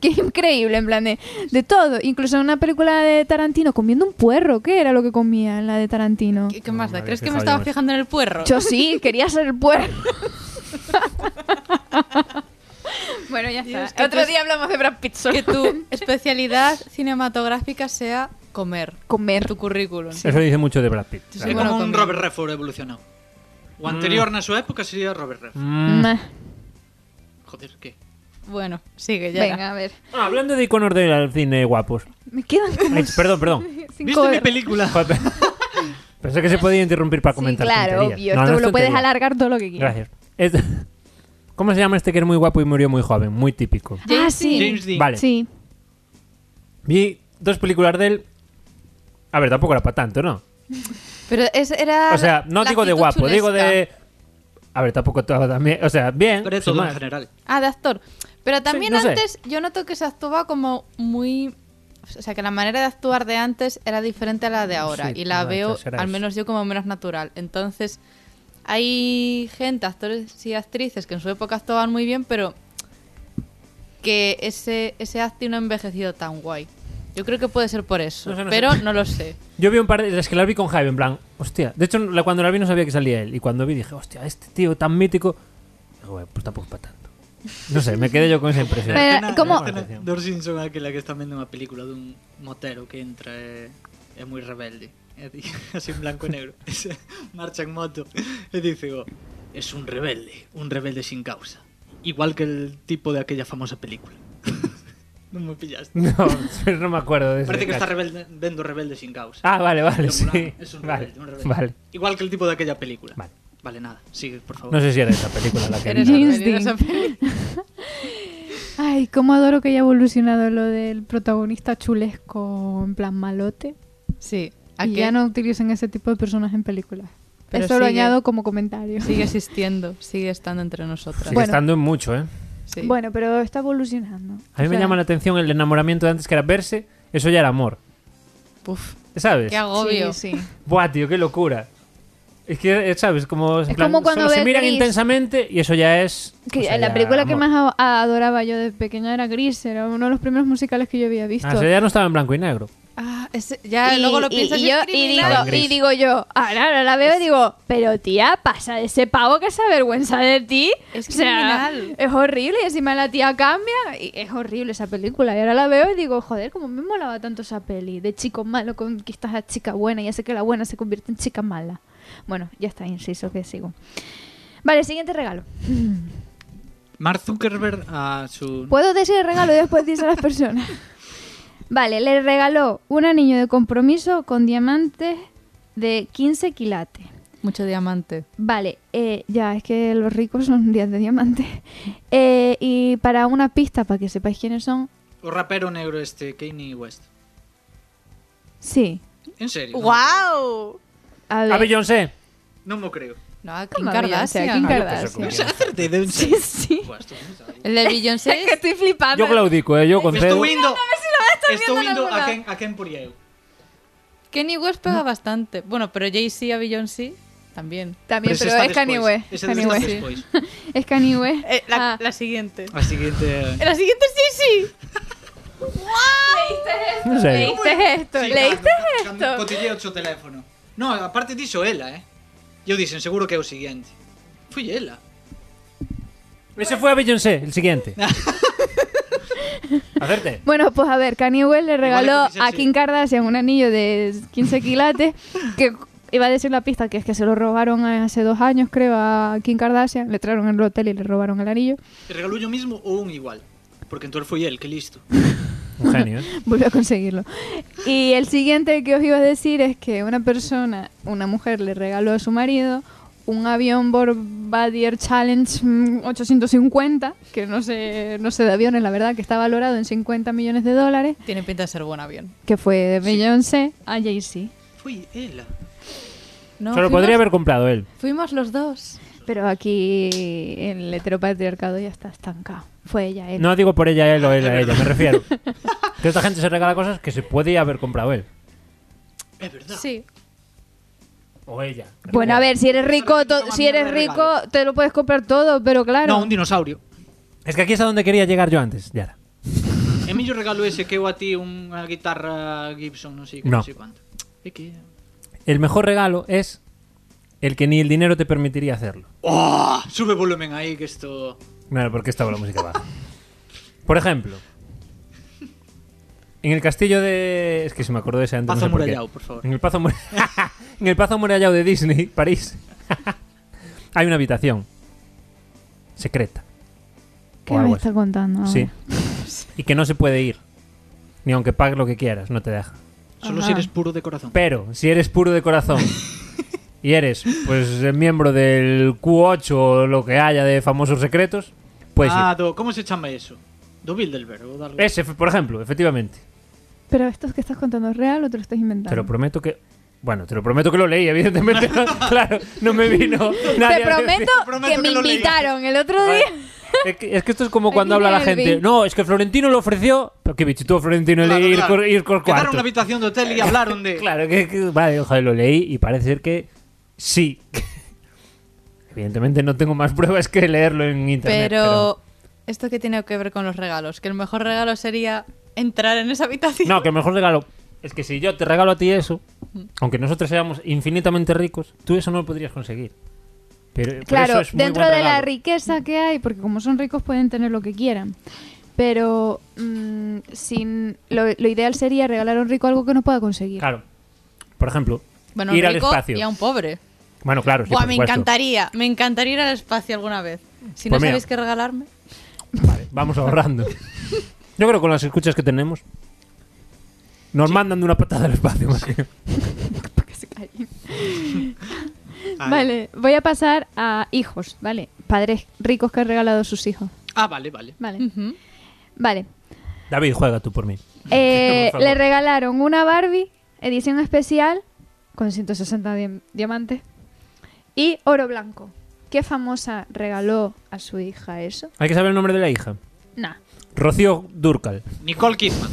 S3: Que es increíble, en plan de, de todo. Incluso en una película de Tarantino, comiendo un puerro. ¿Qué era lo que comía en la de Tarantino?
S4: ¿Qué, qué más da?
S1: Madre,
S4: ¿Crees que
S1: qué
S4: me estaba
S1: fallo, eh.
S4: fijando en el puerro?
S3: Yo sí, quería ser el puerro. bueno, ya está.
S4: Dios, que tú es-
S3: hablamos de Brad Pitt solo.
S4: Que tu especialidad cinematográfica sea comer.
S3: Comer.
S4: Tu currículum.
S1: Eso dice mucho de Brad Pitt.
S4: Sí,
S2: Es
S1: la
S4: bueno,
S1: verdad.
S2: como un
S4: también.
S2: Robert Redford evolucionado. O
S3: Mm.
S2: anterior a su época sería Robert Redford.
S1: Mm.
S3: Nah.
S2: Joder, ¿qué?
S4: Bueno, sigue, ya.
S3: Venga, a ver.
S1: Ah, hablando de iconos del cine guapos.
S3: Me quedan como
S1: Ay, perdón, perdón.
S3: cinco
S2: ¿Viste mi
S3: horas.
S2: película?
S1: Joder. Pensé que se podía interrumpir para comentar.
S3: sí, claro,
S1: tonterías.
S3: obvio.
S1: No, no
S3: Tú
S1: es
S3: lo puedes
S1: tontería.
S3: alargar todo lo que quieras.
S1: Gracias. Es- ¿Cómo se llama este que era muy guapo y murió muy joven? Muy típico.
S3: ah, sí.
S2: James Dean.
S1: Vale.
S3: Sí.
S1: Vi dos películas de él. A ver, tampoco era para tanto, ¿no?
S4: Pero es, era.
S1: O sea, no
S4: la
S1: digo de
S4: actitud
S1: guapo, digo
S4: chulesca.
S1: de. A ver, tampoco todo también. O sea, bien.
S2: Pero
S1: sin
S2: todo en
S1: más.
S2: general.
S4: Ah, de actor. Pero también
S1: no sé.
S4: antes yo noto que se actuaba como muy... O sea, que la manera de actuar de antes era diferente a la de ahora.
S1: Sí,
S4: y la
S1: no,
S4: veo,
S1: será
S4: al
S1: eso.
S4: menos yo, como menos natural. Entonces, hay gente, actores y actrices, que en su época actuaban muy bien, pero que ese, ese acting no ha envejecido tan guay. Yo creo que puede ser por eso,
S1: No sé, no sé.
S4: pero no lo sé.
S1: Yo vi un par de. Es que las vi con Javi, en plan. Hostia. De hecho, la- cuando la vi no sabía que salía él. Y cuando vi dije, hostia, este tío tan mítico. Digo, "Bueno, pues tampoco es para tanto. No sé, me quedé yo con esa impresión.
S3: Pero, ¿cómo?
S2: Dos Simpson aquela que está vendo unha película dun motero que entra e é moi rebelde. E di, así en blanco e negro. E se marcha en moto e dice, "Oh, es un rebelde, un rebelde sin causa." Igual que el tipo de aquella famosa película. non me pillaste.
S1: No, no me acuerdo de ese
S2: Parece que está
S1: caso.
S2: rebelde, vendo rebelde sin causa.
S1: Ah, vale, vale,
S2: Lo
S1: sí.
S2: molaba. Es un
S1: vale,
S2: rebelde, un rebelde.
S1: vale.
S2: Igual que el tipo de aquella película.
S1: Vale.
S2: Vale, nada. Sigue, por favor.
S1: No sé si era esa película la que
S4: Eres
S1: vi.
S3: James
S4: rebelde,
S3: Dean.
S4: no sé.
S3: Ay, cómo adoro que haya evolucionado lo del protagonista chulesco en plan malote.
S4: Sí,
S3: Y
S4: aquí
S3: ya no utilizan ese tipo de personas en películas.
S4: Pero
S3: Eso lo
S4: sigue.
S3: añado como comentario.
S4: sigue existiendo, sigue estando entre nosotras.
S1: Sigue
S3: Bueno.
S1: estando en mucho, ¿eh?
S4: Sí.
S3: Bueno, pero está evolucionando.
S1: A mí
S3: O
S1: me
S3: sea,
S1: llama la atención el enamoramiento de antes, que era verse, eso ya era amor.
S4: Puf,
S1: ¿Sabes?
S4: qué agobio.
S3: Sí, sí.
S1: Buah, tío, qué locura. Es que, eh, ¿sabes? Como, en
S3: Es como cuando
S1: solo se
S3: ves
S1: miran
S3: Gris.
S1: intensamente y eso ya es.
S3: Que
S1: o sea,
S3: la
S1: ya
S3: película que
S1: amor. Ah,
S3: más a- adoraba yo de pequeña era Gris, era uno de los primeros musicales que yo había visto.
S1: Ah, o sea, ya no estaba en blanco y negro.
S4: Ah, ese- ya luego lo piensas
S3: y, yo,
S4: es
S3: y, digo,
S4: criminal.
S1: Estaba en
S3: y
S1: gris.
S3: digo yo, ahora la veo y digo, pero tía, pasa de ese pavo que se avergüenza de ti.
S4: Es
S3: O sea,
S4: criminal.
S3: es horrible y encima la tía cambia. Y es horrible esa película. Y ahora la veo y digo, joder, como me molaba tanto esa peli. De chico malo conquistas a chica buena y hace que la buena se convierta en chica mala. Bueno, ya está, inciso que sigo. Vale, siguiente regalo.
S2: Mark Zuckerberg a su...
S3: Puedo decir el regalo y después dice a las personas. Vale, le regaló un anillo de compromiso con diamantes de 15 quilates.
S4: Mucho diamante.
S3: Vale, eh, ya, es que los ricos son días de diamantes. Eh, y para una pista, para que sepáis quiénes son,
S2: O rapero negro este, Kanye West.
S3: sí.
S2: En serio. no me
S4: ¡Guau!
S3: A ver.
S1: A Beyoncé.
S2: creo. No me creo.
S4: No, a Kim
S3: Mamma mía, o sea,
S4: Kardashian.
S3: Kim
S1: Ah, yo
S3: Kardashian.
S1: pensé
S2: Se ha acertado en
S3: Sí,
S2: serio.
S3: sí.
S2: Buah, esto no sabía.
S4: El de Beyoncé es-
S3: estoy flipando.
S1: Yo claudico, ¿eh? Yo
S2: Me
S1: concedo.
S2: Estou indo. Estou
S4: viendo en
S2: indo
S4: alguna.
S2: a quen, a quen por eu.
S4: Kenny West pega bastante. Bueno, pero Jay-Z a Beyoncé también.
S3: También,
S2: ese
S3: pero,
S2: está
S3: es Kanye
S2: despois.
S3: West.
S2: Ese
S3: Kanye
S2: está
S3: West.
S2: despois.
S3: Es Kanye West.
S4: la,
S3: Ah,
S4: siguiente.
S2: A siguiente...
S4: La siguiente es Jay-Z.
S1: No sé.
S3: ¿Leíste esto? ¿Leíste
S2: esto? Cotilleo o teléfono. No, aparte dixo ela, eh. Eu dixen, seguro que é o siguiente. Foi ela.
S1: Ese fue a Beyoncé, el siguiente. Hacerte.
S3: Bueno, pues a ver, Kanye West le regaló
S2: que dice
S3: a
S2: sí.
S3: Kim Kardashian un anillo de 15 quilates que iba a decir la pista que es que se lo robaron hace dos años, creo, a Kim Kardashian. Le trajeron al hotel y le robaron el anillo.
S2: Regalou o mismo ou un igual? Porque entón foi el, que listo.
S1: Un genio, ¿eh?
S3: Volvió a conseguirlo. Y el siguiente que os iba a decir es que una persona, una mujer, le regaló a su marido un avión Bombardier Challenge mm, 850, que no sé, no sé de aviones, la verdad, que está valorado en 50 millones de dólares,
S4: Tiene pinta de ser buen avión.
S3: que fue de Beyoncé a Jay-Z.
S2: Foi ela.
S4: No,
S1: Se lo
S4: fuimos-
S1: podría haber comprado él.
S4: Fuimos los dos.
S3: Pero aquí el heteropatriarcado ya está estancado. Fue ella, él.
S1: No digo por ella, eh, él o él, a ella, me refiero. Que esta gente se regala cosas que se podía haber comprado él.
S2: É verdad.
S4: Sí.
S1: O ella. me
S3: bueno, a
S1: refiero.
S3: ver, si eres rico, to- si eres rico, te lo puedes comprar todo, pero claro.
S2: No, un dinosaurio.
S1: Es que aquí es a donde quería llegar yo antes, Yara.
S2: É mellor regalo ese que eu a ti unha guitarra Gibson, non sei, non
S1: No.
S2: sei cuánto. É que...
S1: El mejor regalo es el que ni el dinero te permitiría hacerlo.
S2: Oh, sube volumen aí que isto...
S1: Claro, porque estaba la música baja. Por ejemplo, en el castillo de. Es que se me acordó de ese antes.
S2: Pazo
S1: no sé por qué.
S2: amurallado, por favor.
S1: En el Pazo, Amur- en el Pazo Amurallado de Disney, París, hay una habitación secreta.
S3: ¿Qué
S1: O
S3: me
S1: algo
S3: está contando? ahora?
S1: Sí. Y que no se puede ir. Ni aunque pagues lo que quieras, no te deja.
S2: Solo
S3: Ajá.
S2: si eres puro de corazón.
S1: Pero si eres puro de corazón y eres pues eh, miembro del Q8 o lo que haya de famosos secretos, puedes
S2: ah,
S1: ir.
S2: do, como se chama eso? Do Bilderberg ou de algo?
S1: Ese, por ejemplo, efectivamente.
S3: Pero esto que estás contando es real o te lo estás inventando.
S1: Te lo prometo que. Bueno, te lo prometo que lo leí, evidentemente. no- claro, no me vino. nadie a
S3: Te
S1: decir-
S3: prometo,
S2: prometo
S3: que
S2: que
S3: me
S2: lo leí.
S3: invitaron el otro
S1: Joder,
S3: día.
S1: Es que, es que esto es como
S3: Aquí
S1: cuando habla la
S3: viene el
S1: gente.
S3: Bing.
S1: No, es que Florentino lo ofreció. Pero qué bicho, tú a Florentino
S2: Claro,
S1: le ir,
S2: claro.
S1: cor- ir cor
S2: Quedaron na
S1: cuarto.
S2: habitación do hotel e hablaron de...
S1: Claro, que, que- vale, ojalá lo leí y parece ser que sí. Evidentemente no tengo más pruebas que leerlo en internet.
S4: Pero, ¿esto qué tiene que ver con los regalos? Que el mejor regalo sería entrar en esa habitación.
S1: No, que el mejor regalo es que si yo te regalo a ti eso, aunque nosotros seamos infinitamente ricos, tú eso no lo podrías conseguir. Pero por eso
S3: Claro,
S1: es muy
S3: dentro
S1: buen
S3: de la
S1: regalo.
S3: riqueza que hay, porque como son ricos pueden tener lo que quieran. Pero mm, sin, lo, lo ideal sería regalar a un rico algo que no pueda conseguir.
S1: Claro. Por ejemplo,
S4: Bueno,
S1: ir
S4: un
S1: al
S4: rico
S1: espacio.
S4: y a un pobre.
S1: Bueno, claro, sí,
S4: Buah,
S1: por
S4: me
S1: supuesto.
S4: encantaría. Me encantaría ir al espacio alguna vez. Si
S1: Pues
S4: no
S1: mira.
S4: sabéis qué regalarme.
S1: Vale, vamos ahorrando. Yo creo que con las escuchas que tenemos nos mandan de una patada al espacio. más que-
S2: Ah,
S3: Vale, voy a pasar a hijos, ¿vale? Padres ricos que han regalado a sus hijos,
S2: Ah, vale, vale.
S3: ¿vale?
S4: Ujú.
S3: Vale.
S1: David, juega tú por mí.
S3: Eh,
S1: Por favor.
S3: le regalaron una Barbie, edición especial, con 160 di- diamantes, y oro blanco. ¿Qué famosa regaló a su hija eso?
S1: Hay que saber el nombre de la hija.
S3: Nah.
S1: Rocío Durcal.
S2: Nicole Kidman.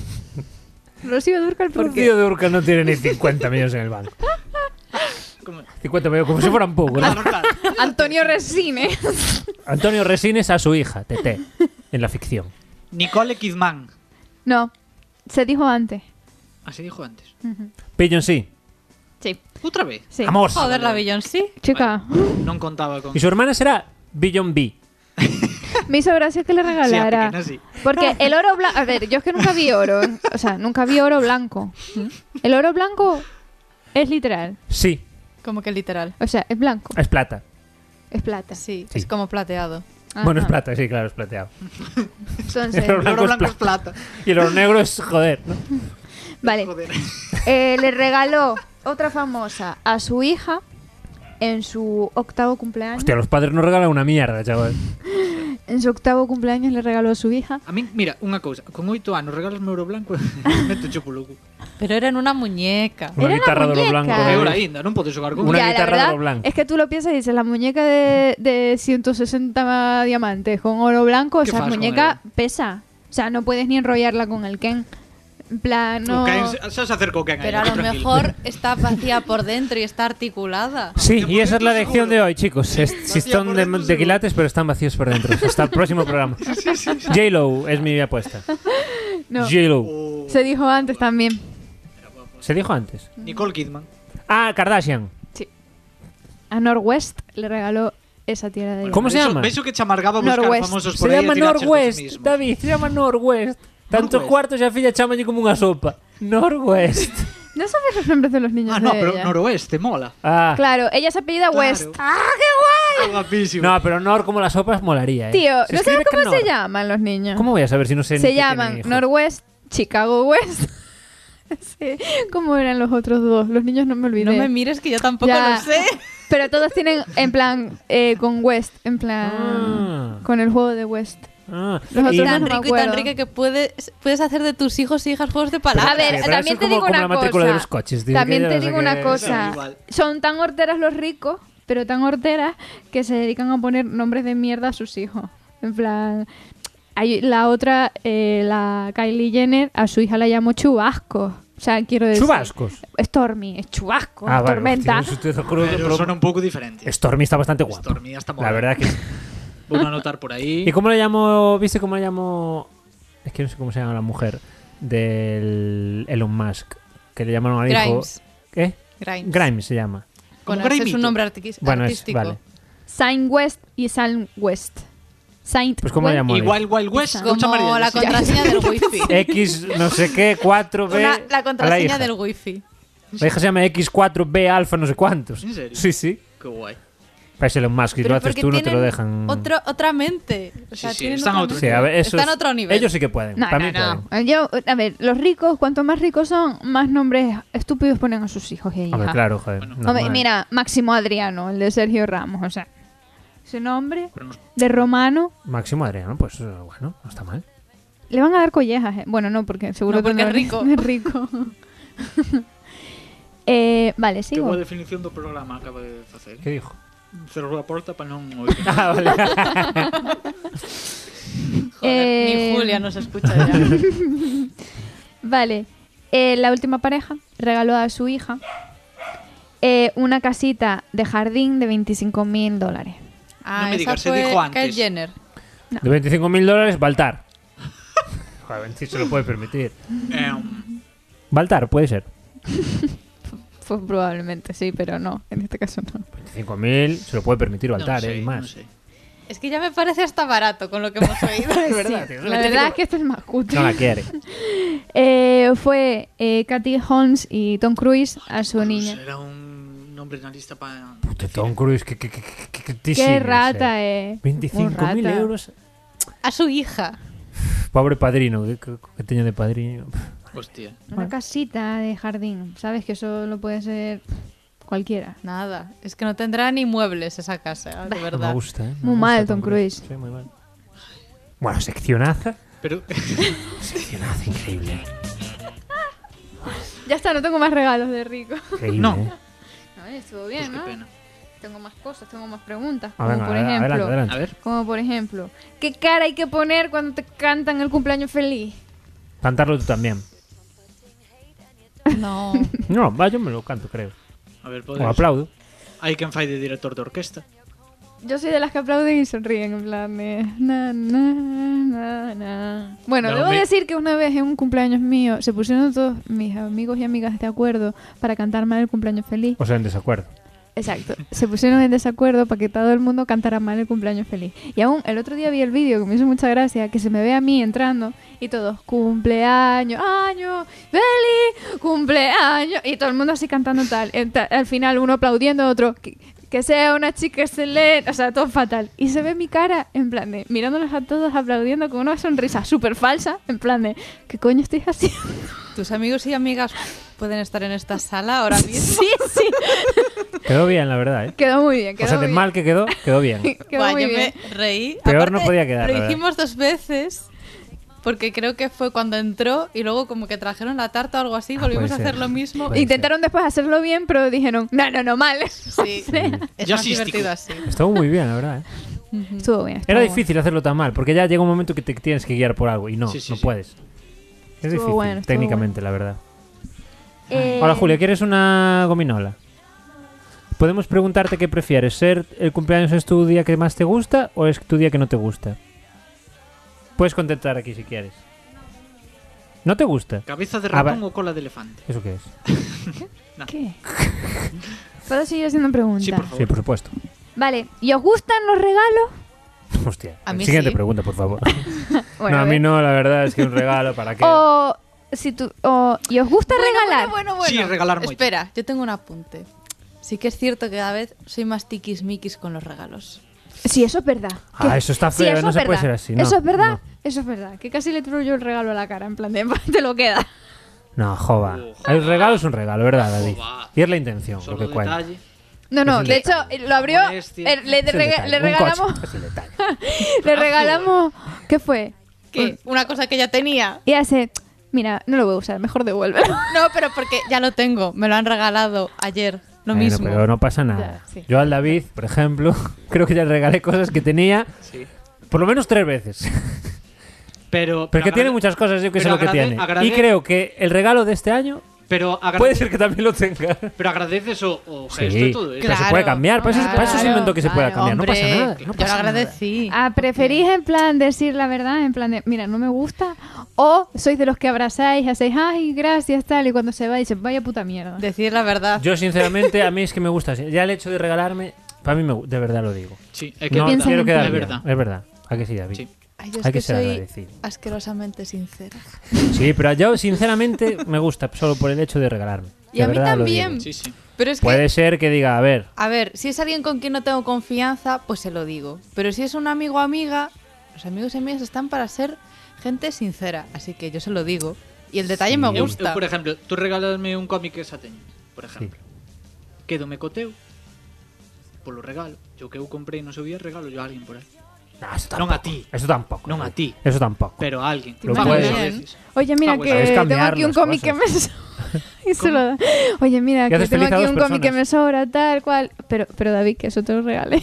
S3: Rocío Durcal, ¿por qué?
S1: Rocío Durcal no tiene ni 50 millones en el banco.
S2: Como...
S1: 50 millones, como si fueran pocos. ¿no?
S2: Claro, claro.
S3: Antonio Resine.
S1: Antonio Resines a su hija, Tete, en la ficción.
S2: Nicole Kidman.
S3: no, se dijo antes.
S2: Así dijo antes.
S1: Beyoncé,
S3: Sí.
S2: Outra vez.
S3: sí.
S1: amor.
S4: Joder, la Beyoncé.
S3: Chica,
S2: Non contaba con...
S1: Y su hermana será Billion B.
S3: me hizo gracia que le
S2: Sí, a
S3: regalara.
S2: pequena, sí.
S3: Porque el oro blanco. A ver, yo es que nunca vi oro. ¿eh? O sea, nunca vi oro blanco. El oro blanco es literal.
S1: Sí,
S4: Como que literal.
S3: O sea, es blanco.
S1: es plata.
S3: Es plata.
S4: Sí,
S1: Sí.
S4: es como plateado.
S1: Bueno, es
S3: Ajá.
S1: plata, sí, claro, es plateado.
S3: Entonces,
S1: Pero
S2: El oro
S1: Blanco
S2: blanco
S1: es
S2: es plata.
S1: Y el oro negro es joder, ¿no?
S3: vale.
S2: Joder.
S3: Eh, le regaló otra famosa a su hija en su octavo cumpleaños.
S1: Hostia, los padres nos regalan una mierda, chaval.
S3: En su octavo cumpleaños le regaló a su hija.
S2: A min, mira, unha cousa, con oito anos regalasme euro blanco, meto chupo loco.
S1: Pois-
S4: Pero era en una muñeca.
S1: Una
S3: Era una
S1: guitarra de oro
S3: muñeca.
S1: blanco.
S3: Ah.
S2: Peor aínda, non podes xogar con unha.
S1: Una
S3: Ya, la
S1: guitarra de
S3: verdad
S1: oro blanco.
S3: Es que tú lo piensas y dices, la muñeca de, de 160 diamantes con oro blanco,
S2: ¿Qué fas
S3: esa
S2: con
S3: muñeca pesa. O sea, no puedes ni enrollarla con el Ken. En plan, no...
S2: Xa se acercou quen aí,
S4: Pero a
S2: tú
S4: lo
S2: tranquilo.
S4: mejor está vacía por dentro y está articulada.
S1: Sí, y esa es la
S2: Seguro.
S1: lección de hoy, chicos. Es- si
S2: Vacía
S1: son
S2: por
S1: de,
S2: dentro,
S1: de
S2: seguro.
S1: quilates, pero están vacíos por dentro. Hasta el próximo programa. J-Lo es mi apuesta.
S3: no.
S1: J-Lo.
S2: O-
S3: Se dijo antes también.
S1: ¿Se dijo antes?
S2: Nicole Kidman.
S1: Ah, Kardashian.
S3: A Northwest le regaló esa tierra de
S1: ¿Cómo
S3: diamantes.
S1: se llama?
S2: Veixo que che amargaba buscar
S3: Norwest.
S2: famosos por
S1: Se
S2: aí
S1: llama
S2: e tiraches dos
S1: Northwest,
S2: mismos.
S1: David. Se llama Northwest. Tantos
S2: Northwest.
S1: cuartos e a filla chamalle como unha sopa. Northwest.
S3: No sabes los nombres de los niños
S2: Ah, no,
S3: de
S2: pero
S3: ella.
S2: noroeste, mola.
S1: Ah.
S3: Claro, ella se apellida West.
S2: Ah, guapísimo.
S1: No, pero Nor como las sopas molaría, eh.
S3: Tío,
S1: Se
S3: ¿no
S1: escribe
S3: sabes cómo
S1: Canor.
S3: se llaman los niños?
S1: ¿Cómo voy a saber si no sé ni
S3: Se
S1: qué
S3: llaman
S1: tienen, hijo?
S3: Northwest, Chicago West. sí, ¿cómo eran los otros dos? Los niños no me olvidé.
S4: No me mires que yo tampoco
S3: Ya.
S4: lo sé.
S3: Pero todos tienen, en plan, eh, con West, en plan,
S1: Ah.
S3: con el juego de West.
S1: Ah.
S3: Los
S1: Y-
S3: otros
S4: Y
S3: no
S4: tan
S3: me
S4: rico y tan
S3: acuerdo.
S4: rico que puedes, puedes hacer de tus hijos y hijas juegos de palabras.
S3: A ver,
S1: Sí, pero eso
S3: también
S1: es
S3: te
S1: como-
S3: digo
S1: como
S3: una
S1: la matrícula
S3: cosa.
S1: de los coches, tío, que
S3: también
S1: ya
S3: te
S1: no sé
S3: digo
S1: qué-
S3: una cosa.
S2: Son igual.
S3: Son tan horteras los ricos, pero tan horteras que se dedican a poner nombres de mierda a sus hijos. En plan, hay la otra, eh, la Kylie Jenner, a su hija la llamó Chubasco. O sea, quiero decir.
S1: Chubascos.
S3: Stormy, es chubasco,
S1: Ah, vale,
S3: tormenta.
S1: hostia, eso te lo juro que-
S2: Pero
S1: pero-
S2: sona un pouco diferente.
S1: Stormy está bastante guapo.
S2: Stormy hasta mola.
S1: La verdad que sí.
S2: Vou anotar por aí.
S1: ¿Y cómo le llamo? ¿Viste cómo le llamo? Es que no sé cómo se llama la mujer del Elon Musk. Que le llamaron al hijo.
S4: Grimes.
S1: ¿Qué?
S4: Grimes.
S1: Grimes se llama.
S4: Bueno,
S2: Como
S4: ese es
S2: Grimito.
S4: un nombre artiqui-
S1: Bueno, es-
S4: artístico.
S1: vale.
S3: Saint West y Saint West. Saint
S1: Pues, ¿cómo la
S3: West.
S1: llamo?
S2: Igual Wild West,
S3: Como
S2: eu chamaría
S4: Como la
S2: así.
S4: contraseña del wifi.
S1: Eh, X no sé qué, 4B.
S4: Una- la
S1: a
S4: contraseña
S1: hija.
S4: del wifi.
S1: La hija se llama X4B alfa no sé cuántos.
S2: ¿En serio?
S1: Sí, sí.
S2: Que guai.
S1: Parece Elon Musk y
S4: Pero
S1: lo haces
S4: porque
S1: tú, no te lo
S4: tienen
S1: dejan.
S4: otro- otra mente. O
S2: Sí,
S4: sea,
S2: sí,
S4: tienen
S2: están a
S4: otra
S2: otro
S4: mente.
S1: Sí, a ver, eso es-
S4: Están a otro nivel.
S1: Ellos sí que pueden.
S3: No,
S1: para
S3: no,
S1: mí
S3: no.
S1: pueden.
S3: Yo, a ver, los ricos, cuanto más ricos son, más nombres estúpidos ponen a sus hijos y hijas.
S1: Hombre, claro, joder.
S3: Hombre,
S1: normal.
S3: mira, Máximo Adriano, el de Sergio Ramos, o sea, su nombre
S2: Pero nos-
S3: de romano
S1: Máximo Adriano, pues eh, bueno, no está mal.
S3: le van a dar collejas. eh. Bueno, no, porque seguro
S4: No, porque
S3: que
S4: es rico.
S3: es rico. Eh, vale,
S2: Que
S3: sigo.
S2: boa definición do programa acaba de facer.
S1: ¿Qué dijo?
S2: Cerrou a porta para non oír.
S1: Ah, vale.
S4: Joder,
S3: Eh,
S4: Ni Julia nos escucha ya.
S3: Vale. Eh, la última pareja regaló a su hija eh, una casita de jardín de 25 mil dólares.
S4: Ah,
S2: No me
S4: esa
S2: digas, se
S4: fue
S2: dijo antes.
S4: Kylie Jenner.
S1: De 25 mil dólares, Baltar. Joder, sí se lo puede permitir.
S2: Em,
S1: Baltar, puede ser.
S3: Pues probablemente sí, pero no, en este caso no.
S1: 25 mil se lo puede permitir
S2: non
S1: Baltar, eh,
S2: sei,
S1: y
S2: non
S1: más.
S2: sei.
S4: Es que ya me parece hasta barato con lo que hemos oído.
S1: Es verdad, tío,
S3: La verdad es que esto es más cutre.
S1: No la quiere.
S3: Eh, fue eh, Katy Holmes y Tom Cruise a su
S2: Pues
S3: niña.
S2: Era un nombre na lista para...
S1: Puto Tom Cruise, que, que, que, que, que- que te
S3: Qué
S1: sigues,
S3: rata,
S1: eh.
S3: eh.
S1: 25 mil
S3: Rata.
S1: euros.
S4: A su hija.
S1: Pobre padrino, que, que, que tenía de padrino.
S2: Hostia.
S3: Una casita de jardín. Sabes que eso lo puede ser cualquiera.
S4: Nada. Es que no tendrá ni muebles esa casa, de
S1: No me
S4: verdad.
S1: gusta, eh. No
S3: Muy
S1: me
S3: mal,
S1: gusta
S3: Tom Cruise.
S1: Sí, muy mal. Bueno, seccionaza.
S2: Pero...
S1: Seccionaza increíble.
S3: Ya está, no tengo más regalos de rico.
S1: Increíble.
S2: No.
S1: eh.
S3: No, estuvo
S2: Pues
S3: bien,
S2: qué
S3: ¿no?
S2: pena.
S3: Tengo más cosas, tengo más preguntas.
S1: Ah,
S3: Como
S1: venga,
S3: por
S1: adela-
S3: ejemplo,
S1: adelante, adelante.
S2: A ver.
S3: como por ejemplo, ¿qué cara hay que poner cuando te cantan el cumpleaños feliz?
S1: Cantarlo tú también.
S4: No.
S1: No, va, yo me lo canto, creo.
S2: A ver,
S1: O
S2: podes...
S1: aplaudo.
S2: Hai quen fai de director de orquesta.
S3: Yo soy de las que aplauden y sonríen, en plan de... na, na, na, na. Bueno,
S2: No,
S3: debo
S2: me-
S3: decir que una vez en un cumpleaños mío se pusieron todos mis amigos y amigas de acuerdo para cantarme el cumpleaños feliz.
S1: O sea, en desacuerdo.
S3: Exacto. Se pusieron en desacuerdo para que todo el mundo cantara mal el cumpleaños feliz. Y aún el otro día vi el vídeo que me hizo mucha gracia, que se me ve a mí entrando y todos, cumpleaños, año, feliz, cumpleaños. Y todo el mundo así cantando tal. En ta- Al final uno aplaudiendo, otro, "Qui- que sea una chica excelente, o sea, todo fatal. Y se ve mi cara, en plan de, mirándolos a todos aplaudiendo con una sonrisa súper falsa, en plan de, ¿qué coño estoy haciendo?
S4: Tus amigos y amigas pueden estar en esta sala ahora mismo.
S3: Sí, sí.
S1: Quedó bien, la verdad, ¿eh?
S3: Quedó muy bien, quedó
S1: O sea, de
S3: muy
S1: mal que quedó, quedó bien.
S3: bien. Quedó
S4: Buah,
S3: muy
S4: yo
S3: bien.
S4: me reí.
S1: Peor
S4: Aparte,
S1: no podía quedar, la
S4: Lo
S1: verdad.
S4: hicimos dos veces porque creo que fue cuando entró y luego como que trajeron la tarta o algo así,
S1: Ah,
S4: volvimos
S1: puede
S4: a hacer
S1: ser.
S4: lo mismo.
S1: Puede
S4: Y
S3: Intentaron después hacerlo bien, pero dijeron, no, no, no, mal.
S1: Mm.
S4: sí, es
S2: Yo
S4: más
S2: asistico.
S4: divertido así.
S1: Estuvo muy bien, la verdad. ¿eh?
S3: Estuvo bien. estuvo
S1: Era
S3: bueno.
S1: difícil hacerlo tan mal, porque ya llega un momento que te tienes que guiar por algo y no,
S2: Sí, sí,
S1: no
S2: sí.
S1: puedes. Es difícil,
S3: bueno, Eh, estuvo
S1: técnicamente, la verdad. Ahora, Julia, ¿quieres una gominola? Podemos preguntarte qué prefieres, ser el cumpleaños es tu día que más te gusta o es tu día que no te gusta. Puedes contestar aquí si quieres. ¿No te gusta?
S2: ¿Cabeza de
S1: Ah, va-
S2: ratón o cola de elefante?
S1: ¿Eso qué es?
S3: ¿Qué? ¿Puedo seguir haciendo preguntas?
S2: Sí, por favor.
S1: Sí, por supuesto.
S3: Vale, ¿y os gustan los regalos?
S1: Hostia.
S4: A mí
S1: Siguiente
S4: sí.
S1: pregunta, por favor.
S3: Bueno,
S1: no, a
S3: ver.
S1: mí no, la verdad es que un regalo para qué.
S3: O si tú, o, ¿y os gusta
S4: Bueno,
S3: regalar?
S4: Bueno, bueno,
S2: Sí,
S4: bueno.
S2: regalar mucho.
S4: Espera, yo tengo un apunte. Sí que es cierto que cada vez soy más tiquismiquis con los regalos.
S3: Sí, eso es verdad.
S1: Ah,
S3: Que-
S1: eso está
S3: sí,
S1: feo,
S3: eso
S1: no
S3: es
S1: se puede
S3: verdad.
S1: ser así, no,
S3: eso es verdad,
S1: no.
S3: eso es verdad. Que casi le tiro yo el regalo a la cara, en plan de, te lo queda.
S1: No, jova.
S2: Uf.
S1: El regalo es un regalo, ¿verdad, David?
S2: Jova.
S1: Y es la intención, lo
S2: Oh, Solo
S1: que cuenta.
S2: detalle.
S3: No,
S1: Es
S3: no,
S1: un
S3: de hecho,
S1: detalle.
S3: lo abrió,
S2: Molestia.
S3: eh, le,
S1: Es el
S3: rega-
S1: detalle,
S3: le
S1: un coche,
S3: regalamos,
S1: es el detalle.
S3: le regalamos, ¿qué fue?
S4: Que una cosa que ya tenía.
S3: Y hace, mira, no lo voy a usar, mejor devuélvelo.
S4: No, pero porque ya lo tengo. Me lo han regalado ayer. Lo
S1: Bueno,
S4: mismo.
S1: pero no pasa nada.
S4: Ya, sí.
S1: Yo al David, por ejemplo, creo que ya le regalé cosas que tenía por lo menos tres veces.
S2: Pero,
S1: Porque tiene
S2: agrade-
S1: muchas cosas, yo que sé
S2: pero
S1: lo que
S2: agrade-
S1: tiene. Y
S2: agrade-
S1: creo que el regalo de este año
S2: Pero, agrade-
S1: puede ser que también lo tenga.
S2: pero agradeces o, o
S1: Sí,
S2: gesto y todo eso.
S1: pero se
S4: Claro,
S1: puede cambiar. Para eso, para eso se
S4: claro,
S1: inventó que se pueda
S4: claro,
S1: cambiar. no Pues pasa
S4: hombre,
S1: nada. No
S4: yo lo
S1: pasa nada.
S4: agradecí.
S3: Ah, ¿preferís en plan decir la verdad? En plan de, mira, no me gusta. O sois de los que abrazáis, hacéis, ay, gracias, tal. Y cuando se va, dicen, vaya puta mierda.
S4: Decir la verdad.
S1: Yo, sinceramente, a mí es que me gusta. así. Ya el hecho de regalarme, para mí me gu- de verdad lo digo.
S2: Sí, es que
S1: No,
S2: es
S3: piensan
S1: quiero
S3: en
S1: quedar
S2: ti.
S1: bien.
S2: Es verdad.
S1: Es verdad. ¿A que sí, David?
S2: Sí.
S4: Ay, yo es
S1: Hay que
S4: que
S1: ser
S4: soy
S1: agradecido.
S4: asquerosamente sincera.
S1: Sí, pero yo sinceramente me gusta solo por el hecho de regalarme.
S4: Y
S1: De
S4: a mí
S1: verdad lo
S4: también.
S1: digo.
S2: sí, sí.
S4: Pero es que,
S1: Puede ser que diga, a ver,
S4: a ver, si es alguien con quien no tengo confianza, pues se lo digo. Pero si es un amigo o amiga, los amigos y amigas están para ser gente sincera. Así que yo se lo digo. Y el detalle me
S2: Eu-
S4: gusta.
S2: eu, Eh, por exemplo, tú regalasme un cómic que xa teño, por exemplo. Quedo me coteu polo regalo. Yo que eu comprei no seu día regalo yo a alguén por aí.
S1: "No, eso
S2: Non
S1: tampoco.
S2: a ti,
S1: Eso tampoco.
S2: Non a ti.
S1: Eso tampoco.
S2: pero a alguén.
S1: Lo
S2: Vamos,
S1: puedes.
S2: a veces.
S3: Oye, mira,
S2: Ah, bueno,
S3: que
S1: sabes
S3: tengo
S1: cambiar
S3: aquí un
S1: las
S3: cómic que
S1: cosas.
S3: me sobra. Y se lo da. Oye, mira,
S1: Y
S3: que
S1: haces
S3: tengo
S1: feliz a
S3: aquí
S1: dos
S3: un cómic que
S1: personas.
S3: me sobra, tal cual. Pero, pero David, que eso te lo regalé.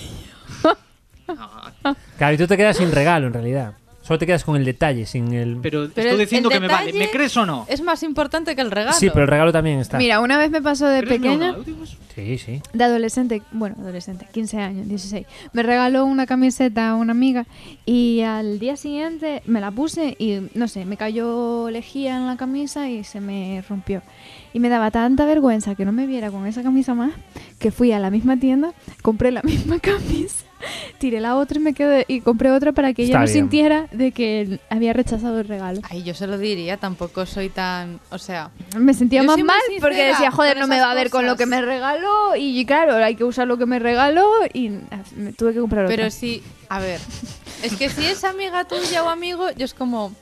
S2: Ah,
S1: Claro, y tú te quedas sin regalo en realidad. Solo te quedas con el detalle, sin el.
S2: pero,
S4: Pero
S2: estou
S4: el-
S2: dicindo
S4: el
S2: que me vale.
S4: detalle
S2: ¿Me crees o no?
S4: Es más importante que el regalo.
S1: Sí, pero el regalo también está.
S3: Mira, una vez me pasó de
S2: Creesme ou
S3: pequeña,
S2: non? Eu digo eso.
S1: Sí, sí.
S3: de adolescente, bueno, adolescente, 15 años, 16. Me regaló una camiseta a una amiga y al día siguiente me la puse y, no sé, me cayó lejía en la camisa y se me rompió. Y me daba tanta vergüenza que no me viera con esa camisa más que fui a la misma tienda, compré la misma camisa, tiré la otra y me quedé y compré otra para que ella
S1: Está
S3: no
S1: bien.
S3: sintiera de que había rechazado el regalo.
S4: Ay, yo se lo diría, tampoco soy tan. O sea,
S3: Me sentía
S4: Yo
S3: más
S4: soy muy
S3: mal porque
S4: sincera
S3: decía, joder,
S4: con
S3: no me
S4: esas
S3: va a ver con lo
S4: cosas".
S3: que me regaló y claro, hay que usar lo que me regaló y ah, me tuve que comprar otra.
S4: pero sí, a ver. Es que si es amiga tuya o amigo, yo es como.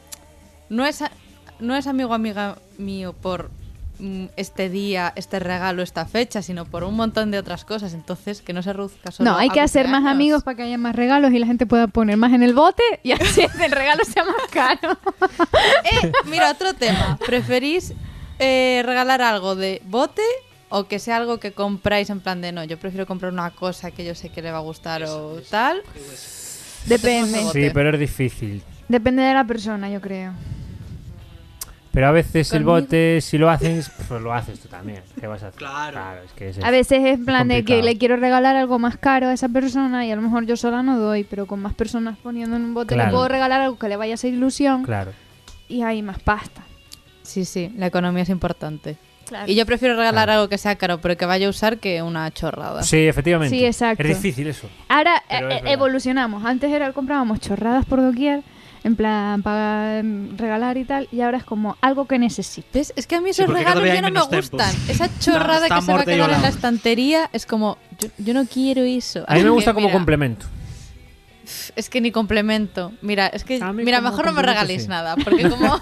S4: No es, a- no es amigo o amiga mío por mm, este día, este regalo, esta fecha, sino por un montón de otras cosas. Entonces, que no se reduzca solo.
S3: no, hay
S4: a
S3: que hacer más
S4: cumpleaños.
S3: amigos para que haya más regalos y la gente pueda poner más en el bote y así el regalo sea más caro.
S4: Eh, mira, otro tema. ¿Preferís eh, regalar algo de bote o que sea algo que compráis en plan de no? Yo prefiero comprar una cosa que yo sé que le va a gustar o tal.
S3: Depende.
S4: Bote.
S1: Sí, pero es difícil.
S3: Depende de la persona, yo creo.
S1: Pero a veces
S4: Conmigo.
S1: el bote, si lo haces, pues lo haces tú también. ¿Qué vas a hacer?
S2: Claro.
S1: es que es eso.
S3: A veces es en plan de que
S1: complicado.
S3: le quiero regalar algo más caro a esa persona y a lo mejor yo sola no doy, pero con más personas poniendo en un bote le
S1: Claro.
S3: puedo regalar algo que le vaya a hacer ilusión
S1: Claro.
S3: y hay más pasta.
S4: Sí, sí, la economía es importante. Y yo prefiero regalar algo que sea caro, pero que vaya a usar que una chorrada.
S1: Sí, efectivamente.
S3: Sí, exacto.
S1: Es difícil eso.
S3: Ahora
S1: Pero
S3: eh,
S1: es
S3: eh,
S1: verdad.
S3: evolucionamos. Antes era comprábamos chorradas por doquier, en plan para regalar y tal, y ahora es como algo que necesito.
S4: ¿Ves? Es que a mí
S2: Sí,
S4: esos
S2: porque cada
S4: regalos
S2: vez
S4: ya
S2: hay
S4: no me
S2: menos
S4: gustan.
S2: tempos.
S4: Esa chorrada
S2: Está
S4: que se va a
S2: muerta y
S4: quedar en la
S2: volamos.
S4: estantería es como, Yo, yo no quiero
S1: A
S4: eso.
S1: mí
S4: Así
S1: me
S4: que,
S1: gusta como
S4: mira,
S1: complemento.
S4: Es que ni complemento. Mira, es que
S1: A mí
S4: mira,
S1: como
S4: mejor no me
S1: complemento,
S4: regaléis
S1: sí.
S4: nada, porque como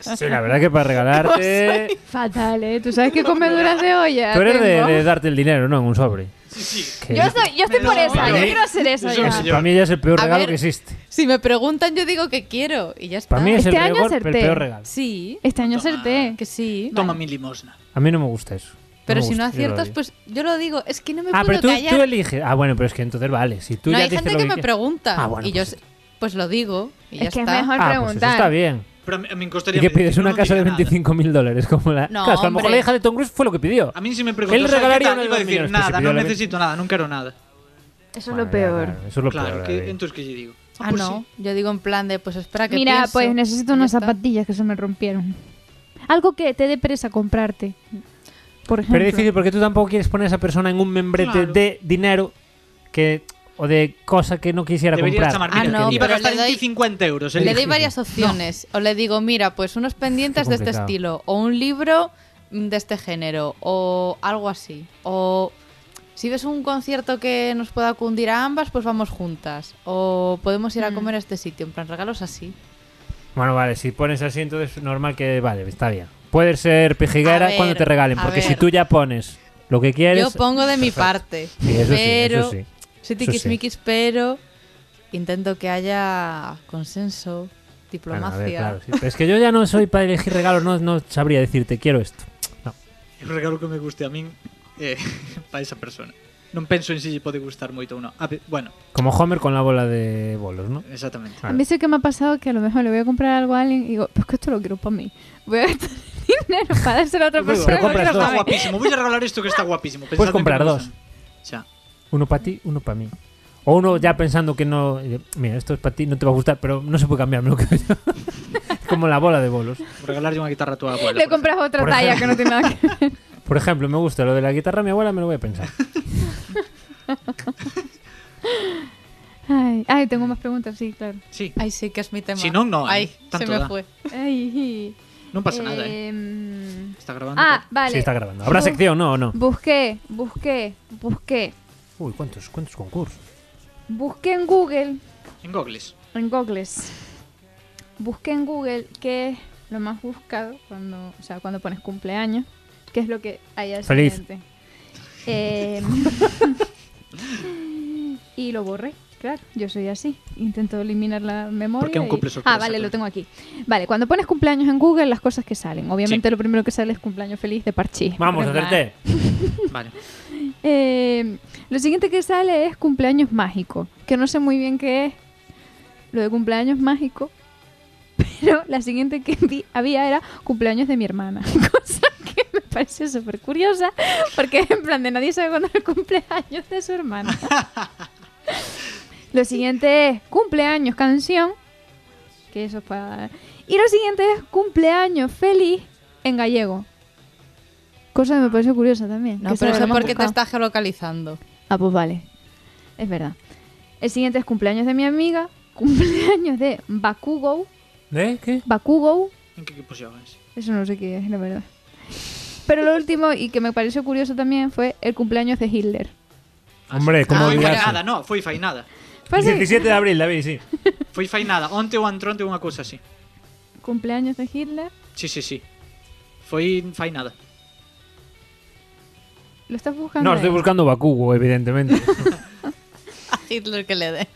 S1: Sí, la verdad que para regalarte...
S3: Fatal, ¿eh? ¿Tú sabes qué comeduras de olla?
S1: Tú eres de,
S3: tengo?
S1: de darte el dinero, ¿no? En un sobre.
S2: Sí, sí.
S1: Que
S3: Yo
S1: es-
S3: estoy, yo estoy por
S2: Pero-
S3: esa, yo
S2: Pero-
S3: quiero hacer eso
S2: Eso
S3: ya.
S2: sí.
S1: Para mí ya es el peor
S4: A
S1: regalo
S4: ver,
S1: que existe.
S4: si me preguntan yo digo que quiero y ya está.
S1: Para mí es
S3: este
S1: el,
S3: año
S1: peor, el
S3: acerté.
S1: peor regalo.
S4: sí,
S3: Este año
S2: Toma.
S3: acerté.
S4: que sí.
S2: Toma mi limosna.
S1: A mí no me gusta eso. me
S4: Pero si
S1: gusta,
S4: no
S1: yo lo
S4: aciertas,
S1: odio.
S4: pues yo lo digo, es que no me
S1: Ah,
S4: puedo
S1: pero tú,
S4: callar.
S1: tú eliges. Ah, bueno, pero es que entonces vale. Si tú
S4: no
S1: ya
S4: hay
S1: dices
S4: gente
S1: lo
S4: que,
S1: que
S4: me
S1: quie-
S4: pregunta
S1: Ah, bueno,
S4: y yo
S1: pues
S4: se- pues lo digo y ya
S3: Es que es
S4: está.
S3: mejor
S1: Ah, pues eso
S3: preguntar.
S1: está bien.
S2: Pero a mí me
S1: ¿Y
S2: gustaría.
S1: qué
S2: pedir,
S1: pides?
S2: yo
S1: Una
S2: no
S1: casa de
S2: diría nada.
S1: 25.000 dólares, como la.
S4: No,
S1: Claro, a lo mejor
S4: hombre.
S1: la hija de Tom Cruise fue lo que pidió.
S2: A mí sí me preguntó.
S1: Él
S2: ¿sabes qué
S1: regalaría
S2: tal?
S1: unos
S2: Iba a decir
S1: millones, pues,
S2: nada,
S1: pidió
S2: no
S1: la vez.
S2: necesito nada, no quiero nada.
S3: Eso
S1: Bueno,
S3: es lo
S1: ya,
S3: peor.
S1: claro, eso es lo
S2: Claro,
S1: peor. eh.
S2: que-
S1: David.
S2: entonces que yo digo.
S4: Ah,
S2: pues
S4: no.
S2: sí.
S4: Yo digo en plan de, pues espera que
S3: Mira,
S4: pienso.
S3: pues necesito
S4: Y
S3: unas
S4: ya está.
S3: zapatillas que se me rompieron. Algo que te dé pereza comprarte. Por ejemplo.
S1: Pero es difícil porque tú tampoco quieres poner a esa persona en un membrete
S2: Claro.
S1: de dinero que o de cosa que no quisiera
S2: Deberías llamar.
S1: comprar.
S4: Ah,
S2: Mira,
S4: no,
S2: iba a
S4: pero
S2: gastar
S4: le doy-
S2: en ti 50 euros. ¿eh?
S4: Le doy
S2: elige.
S4: varias opciones. O le digo, mira, pues unos pendientes
S1: Qué
S4: de este
S1: complicado.
S4: estilo. O un libro mm, de este género. O algo así. O si ves un concierto que nos pueda cundir a ambas, pues vamos juntas. O podemos ir a
S3: Mm.
S4: comer a este sitio. En plan, regalos así.
S1: Bueno, vale, si pones así, entonces normal que. Vale, está bien. Puede ser pejiguera
S4: A ver,
S1: cuando te regalen,
S4: a
S1: porque si
S4: ver.
S1: tú ya pones lo que quieres.
S4: Yo pongo de mi parte.
S1: Sí, eso sí,
S4: pero.
S1: eso sí.
S4: Soy
S1: Eso sí.
S4: tiquismiquis, pero. Intento que haya
S1: Bueno,
S4: consenso,
S1: a
S4: diplomacia.
S1: ver, claro, sí. Pero es que yo ya no soy para elegir regalos, no, no sabría decirte, quiero esto.
S2: Un regalo que me guste a min eh, para esa persona. Non penso en si lle pode gustar moito ou non. A ver, bueno,
S1: Como Homer con la bola de bolos, ¿no?
S2: exactamente.
S3: A mí sí que me ha pasado que a lo mejor le voy a comprar algo a alguien y digo, pues que esto lo quiero para mí. Voy a gastar dinero para dárselo a otra
S1: Pero
S3: persona.
S1: compras
S3: lo quiero
S2: Está
S1: dos.
S3: pa' mí.
S2: guapísimo. Voy a regalar esto que está guapísimo.
S1: Puedes comprar dos.
S2: Xa.
S1: Uno para ti, uno para mí. O uno ya pensando que no. eh, Mira, esto es para ti, no te va a gustar, pero no se puede cambiar, me lo quedo yo. Es Como la bola de bolos.
S2: Regalarlle unha guitarra a tua abuela.
S3: Le
S2: por
S3: compras otra
S1: Por
S3: talla que no tiene nada que ver.
S1: Por ejemplo, me gusta lo de la guitarra, mi abuela me lo voy a pensar.
S3: Ay, ay, tengo más preguntas, sí, claro.
S2: ejemplo. Sí,
S4: Ay, sí, que es mi tema.
S2: Si no, no, ¿eh?
S4: Ay, se
S2: Tanto
S4: me
S2: da.
S4: fue.
S3: Ay,
S2: non pasa nada, eh.
S3: em,
S2: Está grabando.
S3: Ah, vale.
S1: Sí, está grabando. ¿Habrá
S3: Bu-
S1: sección, no o no?
S3: Busqué, busqué, busqué.
S1: Uy, ¿cuántos, cuántos concursos?
S3: Busqué en Google
S2: En Googles.
S3: En Google. Busqué en Google qué es lo más buscado cuando, o sea, cuando pones cumpleaños. ¿Qué es lo que hay al
S1: Feliz.
S3: siguiente. Eh, y lo borré, claro. Yo soy así. Intento eliminar la memoria.
S2: Porque un
S3: y-
S2: cumple sorpresa,
S3: Ah, vale,
S2: claro.
S3: lo tengo aquí. Vale, cuando pones cumpleaños en Google, las cosas que salen. Obviamente lo primero que sale es cumpleaños feliz de Parchís.
S1: Vamos,
S3: Porque,
S1: acerté.
S2: Vale.
S3: eh, lo siguiente que sale es cumpleaños mágico, que no sé muy bien qué es lo de cumpleaños mágico, pero la siguiente que vi- había era cumpleaños de mi hermana, cosa que me pareció súper curiosa, porque en plan de nadie sabe cuándo es el cumpleaños de su hermana. lo siguiente es cumpleaños canción, que eso es para... Y lo siguiente es cumpleaños feliz en gallego. Cosa que me pareció curiosa también.
S4: No,
S3: que
S4: pero
S3: sea
S4: eso
S3: lo
S4: es
S3: más
S4: porque te
S3: buscado.
S4: está geolocalizando.
S3: Ah, pues vale. Es verdad. El siguiente es cumpleaños de mi amiga, cumpleaños de Bakugou.
S1: ¿Eh? ¿Qué?
S3: Bakugou,
S2: En que equipo xogas?
S3: eso no sé qué es, la verdad. Pero lo último y que me pareció curioso también fue el cumpleaños de Hitler.
S1: Hombre, ¿cómo
S2: foi
S1: olvidarse?
S2: fainada, no, foi fainada.
S3: Pues sí,
S1: 17 de abril, David, sí.
S2: Foi fainada. Onte ou antronte unha cousa así.
S3: cumpleaños de Hitler.
S2: Sí, sí, sí. Foi fainada.
S3: ¿Lo estás buscando?
S1: No, estoy
S3: ahí?
S1: buscando Bakugo, evidentemente.
S4: A Hitler que le den.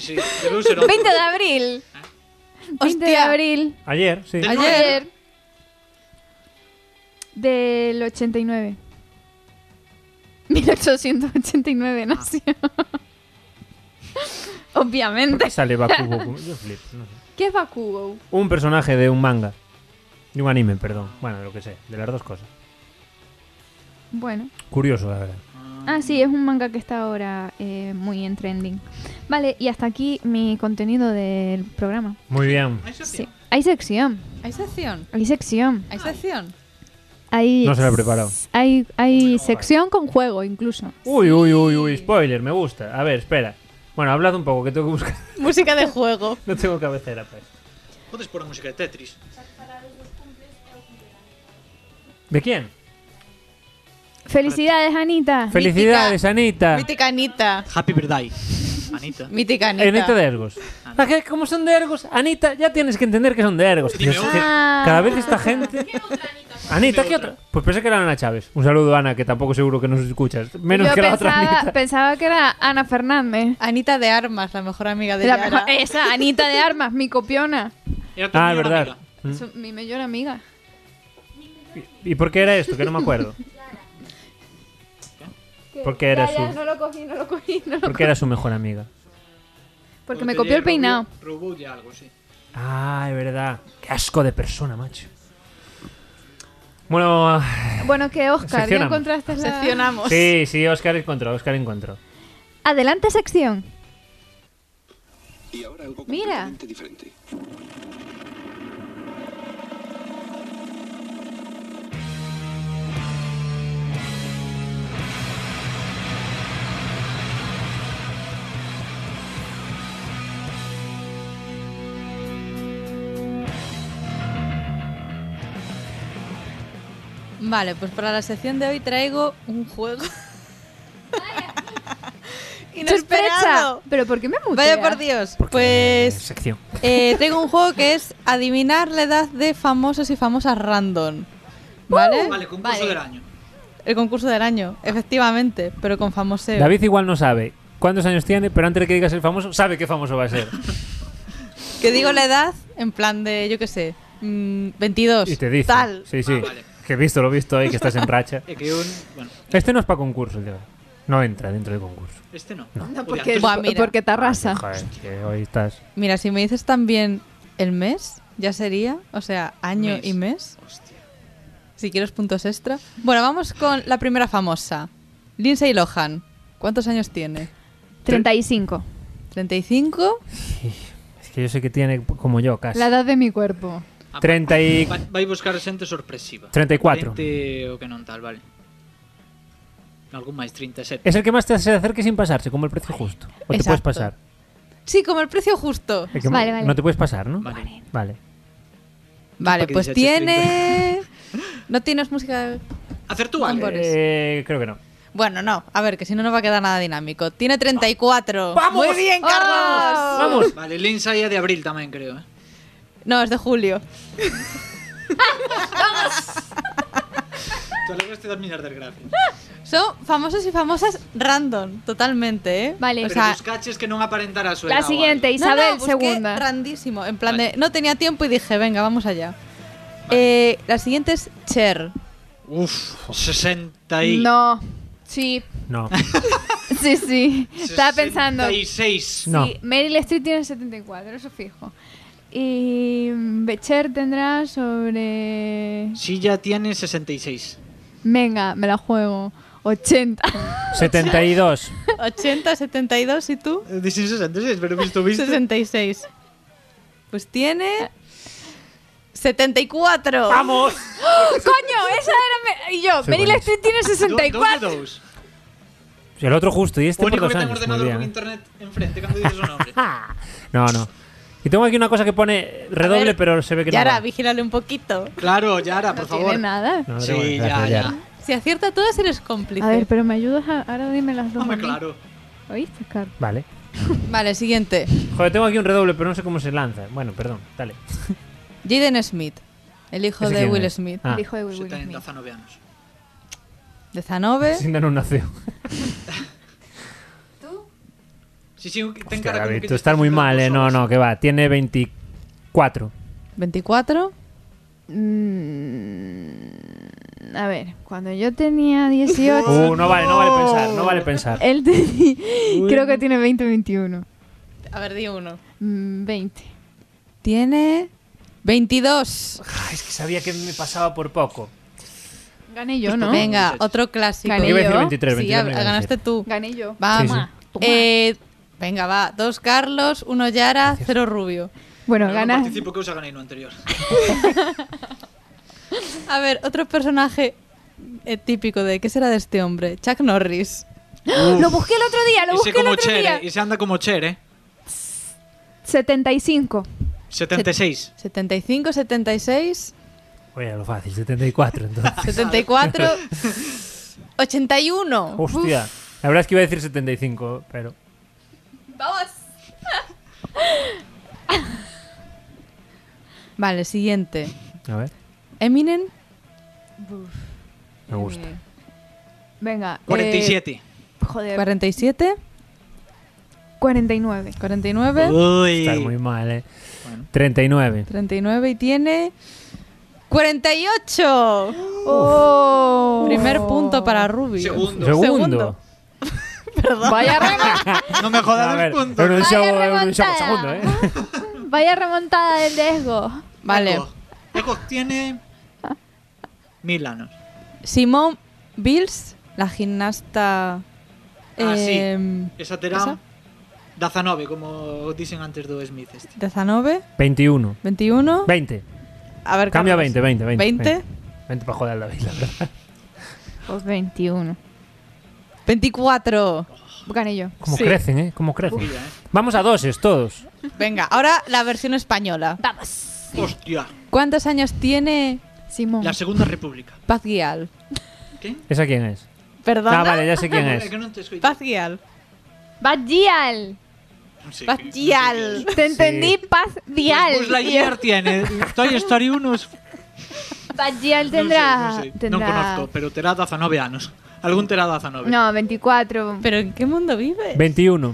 S2: Sí, sí. Debeu ser outro.
S3: 20 de abril. 20 de
S4: Hostia.
S3: abril.
S1: Ayer, sí.
S2: Ayer.
S3: Ayer. Del 89. 1889 nació.
S1: ¿Por
S3: Obviamente.
S1: qué sale Bakugo? Yo flipo, no sé.
S3: ¿Qué es Bakugou?
S1: Un personaje de un manga. De un anime, perdón. Bueno, de lo que sé. De las dos cosas.
S3: Bueno.
S1: Curioso, la verdad.
S3: Ah, sí, es un manga que está ahora eh, muy en trending. Vale, y hasta aquí mi contenido del programa.
S1: Muy bien.
S2: Ai, Sofía.
S3: Sí. Hay sección.
S4: ¿Hay sección?
S3: Hay sección.
S4: ¿Hay sección?
S3: Hay,
S1: No se lo he preparado.
S3: Hay, hay sección con juego, incluso.
S1: Uy, uy, uy, uy. Spoiler, me gusta. A ver, espera. Bueno, hablad un poco, que tengo que buscar.
S4: Música de juego.
S1: No tengo cabecera, pues.
S2: Podes pôr a música de Tetris.
S1: ¿De quién?
S3: Felicidades, Anita.
S1: Felicidades,
S4: Mítica.
S1: Anita.
S4: Mítica Anita.
S2: Happy birthday, Anita.
S4: Mítica Anita.
S1: Anita de Ergos. Ah, que Como son de Ergos, Anita, ya tienes que entender que son de Ergos. Tío, es que
S3: Ah.
S1: cada vez esta gente. Anita, ¿qué otra? Pues pensé que era Ana Chávez. Un saludo, Ana, que tampoco seguro que nos escuchas. Menos
S3: Yo
S1: que la otra
S3: pensaba,
S1: Anita.
S3: pensaba que era Ana Fernández.
S4: Anita de Armas, la mejor amiga de
S3: La
S4: Yara.
S3: mejor- esa, Anita de Armas, mi copiona.
S2: Era tu
S1: Ah, es
S2: mejor
S1: verdad.
S2: amiga.
S3: Su- mi mejor amiga.
S1: ¿Y por qué era esto? Que no me acuerdo. Porque era
S3: Ya, ya,
S1: su-
S3: no lo cogí, no lo cogí, no lo
S1: Porque era su mejor amiga.
S3: cogí. Porque me
S2: Oye,
S3: copió el
S2: robó-
S3: peinado.
S2: Robó ya algo, sí.
S1: Ah, es verdad. Qué asco de persona, macho. Bueno,
S3: Bueno, que Oscar, ya
S1: Seccionamos.
S3: encontraste la...
S4: Seccionamos.
S1: sí, sí, Oscar encontró, Oscar encontró.
S3: Adelante, sección.
S5: Y ahora algo
S3: Mira.
S5: completamente diferente.
S4: Vale, pues para la sección de hoy traigo un juego.
S3: ¡Sorpresa!
S4: ¡Inesperado!
S3: ¿Pero por qué me mutea?
S4: Vaya por Dios.
S1: Porque-
S4: Pues
S1: Sección.
S4: eh, traigo un juego que es adivinar la edad de famosos y famosas random.
S3: Uh,
S4: ¿Vale?
S2: Vale, concurso del año.
S4: El concurso del año, efectivamente, pero con famoseo.
S1: David igual no sabe cuántos años tiene, pero antes de que digas el famoso, sabe qué famoso va a ser.
S4: Que digo la edad en plan de, yo qué sé, mm, 22.
S1: Y te dice.
S4: Tal.
S1: Sí, sí.
S2: Ah, vale.
S1: Que he visto, lo he visto ahí, que estás en racha.
S2: Eh, que un... Bueno,
S1: Este no es para concurso, tío. No entra dentro del concurso. Ah,
S2: este no.
S3: No,
S2: Uy,
S3: porque,
S2: antes-
S4: Buah, mira.
S3: porque te arrasa.
S1: Joder, que hoy estás.
S4: Mira, si me dices también el mes, ya sería, o sea, año
S2: Mes.
S4: y mes,
S2: Hostia.
S4: si quieres puntos extra. Bueno, vamos con la primera famosa. Lindsay Lohan. ¿Cuántos años tiene?
S3: 35.
S4: ¿35?
S1: Es que yo sé que tiene como yo, casi.
S3: La edad de mi cuerpo.
S2: Ah,
S1: 30 y-
S2: va- Vai buscar xente sorpresiva.
S1: 34.
S2: 20 o que non tal, vale. Algún máis e 37.
S1: Es el que más te se acerque sin pasarse, como el precio justo. O te puedes
S4: Exacto.
S1: pasar.
S4: Sí, como el precio justo.
S1: El que
S3: Vale,
S1: ma-
S3: vale.
S1: No te puedes pasar, ¿no?
S2: Vale.
S1: Vale.
S4: Vale,
S2: que
S4: pues
S2: dices
S4: tiene... ¿No tienes música?
S2: Acertou algo.
S4: Tambores.
S1: Eh, creo que no.
S4: Bueno, no. A ver, que si no, no va a quedar nada dinámico. Tiene 34. ¡Vamos! ¡Muy bien, Carlos!
S1: Vamos.
S2: Vale, Linsa é de abril tamén, creo, eh.
S4: No, es de julio.
S2: Tú alegraste das miñas desgracias.
S4: Son famosos y famosas random, totalmente, ¿eh?
S3: Vale.
S4: O
S2: Pero
S4: sea,
S2: buscaches que non aparentara a súa
S3: La
S2: edad o
S3: siguiente,
S2: algo.
S4: no, no,
S3: Isabel
S4: busqué
S3: segunda.
S4: Grandísimo, en plan
S2: Vale.
S4: de. No tenía tiempo y dije, venga, vamos allá. Eh, la siguiente es Cher.
S2: Uf, 60 y...
S3: No. Sí.
S1: No.
S3: Sí, sí. Estaba pensando.
S2: 66.
S1: No.
S3: Sí, Meryl Streep tiene 74, eso fijo. Y mm, Becher tendrá sobre...
S2: Si ya tiene 66.
S3: Venga, me la juego. 80.
S1: 72.
S4: 80, 72 y tú.
S2: Eh, Dixen 66, pero visto, visto.
S4: 66. Pues tiene. 74.
S1: ¡Vamos!
S3: ¡Ah! ¡Coño! Esa era... me- Y yo,
S1: Sí,
S3: Meryl
S1: bueno.
S3: Streep tiene 64.
S2: Do, dos de dous.
S1: El otro justo, y este
S2: O
S1: por
S2: único
S1: dos
S2: que ten
S1: años. muy
S2: ordenador
S1: bien,
S2: con
S1: ¿eh?
S2: internet enfrente cando dices o nombre.
S1: No, no. Y tengo aquí una cosa que pone redoble,
S4: ver,
S1: pero se ve que
S4: Y ahora,
S1: no. va.
S4: vigílale un poquito.
S2: Claro, Yara, por
S3: No
S2: favor.
S3: tiene nada.
S1: No, no tengo-
S2: Sí, ya,
S1: gracias,
S2: ya.
S4: Si acierta todas, eres cómplice.
S3: A ver, pero me ayudas a... Ahora dime las dos.
S2: Hombre,
S3: a mí.
S2: claro.
S3: ¿Oíste, Carlos?
S1: Vale.
S4: Vale, siguiente.
S1: Joder, tengo aquí un redoble, pero no sé cómo se lanza. Bueno, perdón, dale.
S4: Jaden Smith. El hijo
S1: ¿Ese
S4: de
S1: quién
S4: Will
S1: es?
S4: Smith.
S1: Ah,
S3: El hijo de Will
S2: Se ten
S3: Smith.
S2: 19 anos.
S4: De Zanove.
S1: sin dar un nació.
S2: Sí, sí, ten
S1: Hostia,
S2: cara como
S1: Gaby,
S2: que
S1: tú
S2: te
S1: estás muy
S2: soplan
S1: mal,
S2: los
S1: eh. No,
S2: ojos.
S1: no, que va. Tiene 24.
S4: 24.
S3: Mm, a ver, cuando yo tenía 18...
S1: Uh, no vale, no vale pensar, no vale pensar.
S3: Él tenía... Creo que tiene 20 21.
S4: A ver, di uno.
S3: Mm, 20.
S4: Tiene 22.
S1: Ah, es que sabía que me pasaba por poco.
S3: Gané yo, ¿no?
S4: Venga, otro clásico.
S3: Gané
S1: Iba a
S3: yo.
S1: decir 23,
S4: Sí,
S1: 23
S4: a-
S1: me iba a
S4: ganaste tú.
S3: Gané yo.
S4: Vamos.
S1: Sí,
S4: Eh, venga, va. Dos Carlos, uno Yara, cero Rubio.
S3: Bueno,
S2: Pero no
S3: ganas.
S2: participo que os ganéis lo anterior.
S4: A ver, otro personaje eh, típico de... ¿Qué será de este hombre? Chuck Norris.
S3: Lo busqué el otro día, lo
S2: Y se
S3: busqué el
S2: como
S3: otro
S2: Cher,
S3: día.
S2: eh, y se anda como Cher, eh.
S3: 75.
S2: 76.
S3: Eh,
S4: 75, 76,
S1: Ah, Oye, lo fácil, 74 entonces.
S4: 74. 81.
S1: Hostia. La verdad es que iba a decir 75, pero.
S4: Vamos. vale, siguiente.
S1: A ver.
S4: Eminem.
S1: Me gusta.
S4: Eh,
S3: Venga. eh,
S2: 47.
S3: joder.
S4: 47,
S3: 49.
S4: 49,
S2: Uy.
S1: Está muy mal, eh.
S2: Bueno.
S1: 39.
S4: 39 y tiene 48.
S3: Oh.
S4: Primer punto para Ruby.
S2: Segundo.
S1: Segundo.
S4: Segundo.
S3: Vaya remontada.
S2: No me
S1: A
S2: jodas
S1: ver,
S2: el punto.
S1: era un
S3: Vaya
S1: show- era un show
S3: remontada.
S1: segundo, eh.
S3: Vaya remontada del desgo.
S4: Vale.
S2: Echo. Echo tiene mil años.
S4: Simone Bills, la gimnasta.
S2: Ah, sí.
S4: em,
S2: Esa terá
S4: Esa?
S2: Dazanove, como dicen antes do Smith este.
S4: 19,
S1: 21.
S4: 21.
S1: 20.
S4: A ver,
S1: Cambia
S4: Carlos.
S1: 20, 20, 20.
S4: 20,
S1: 20 para joder al David, la verdad.
S3: Pues 21.
S4: 24.
S3: Gané yo.
S1: Cómo
S2: Sí.
S1: crecen, eh. Cómo crecen.
S2: Pilla, eh.
S1: Vamos a doses todos.
S4: Venga, ahora la versión española.
S3: Vamos.
S2: Hostia,
S4: ¿Cuántos años tiene
S3: Simón.
S2: la Segunda República.
S4: Paz Guial?
S2: ¿Qué?
S1: ¿Esa quién es?
S4: Perdón.
S1: Ah, vale, ya sé quién
S2: É
S1: es.
S2: que non te escoito.
S4: Paz Guial.
S3: Paz Dial.
S2: Non sei,
S4: Paz
S2: non sei
S4: Dial.
S2: que-
S3: Te entendí, Paz Dial.
S2: Buzz Lightyear Pues tiene Toy Story 1 non sei,
S3: Paz Dial
S2: non
S3: tendrá.
S2: sei. Non
S3: tendrá...
S2: conozco, pero terá 19 anos. Algún terá 19.
S3: No, 24.
S4: ¿Pero en qué mundo vive?
S1: 21.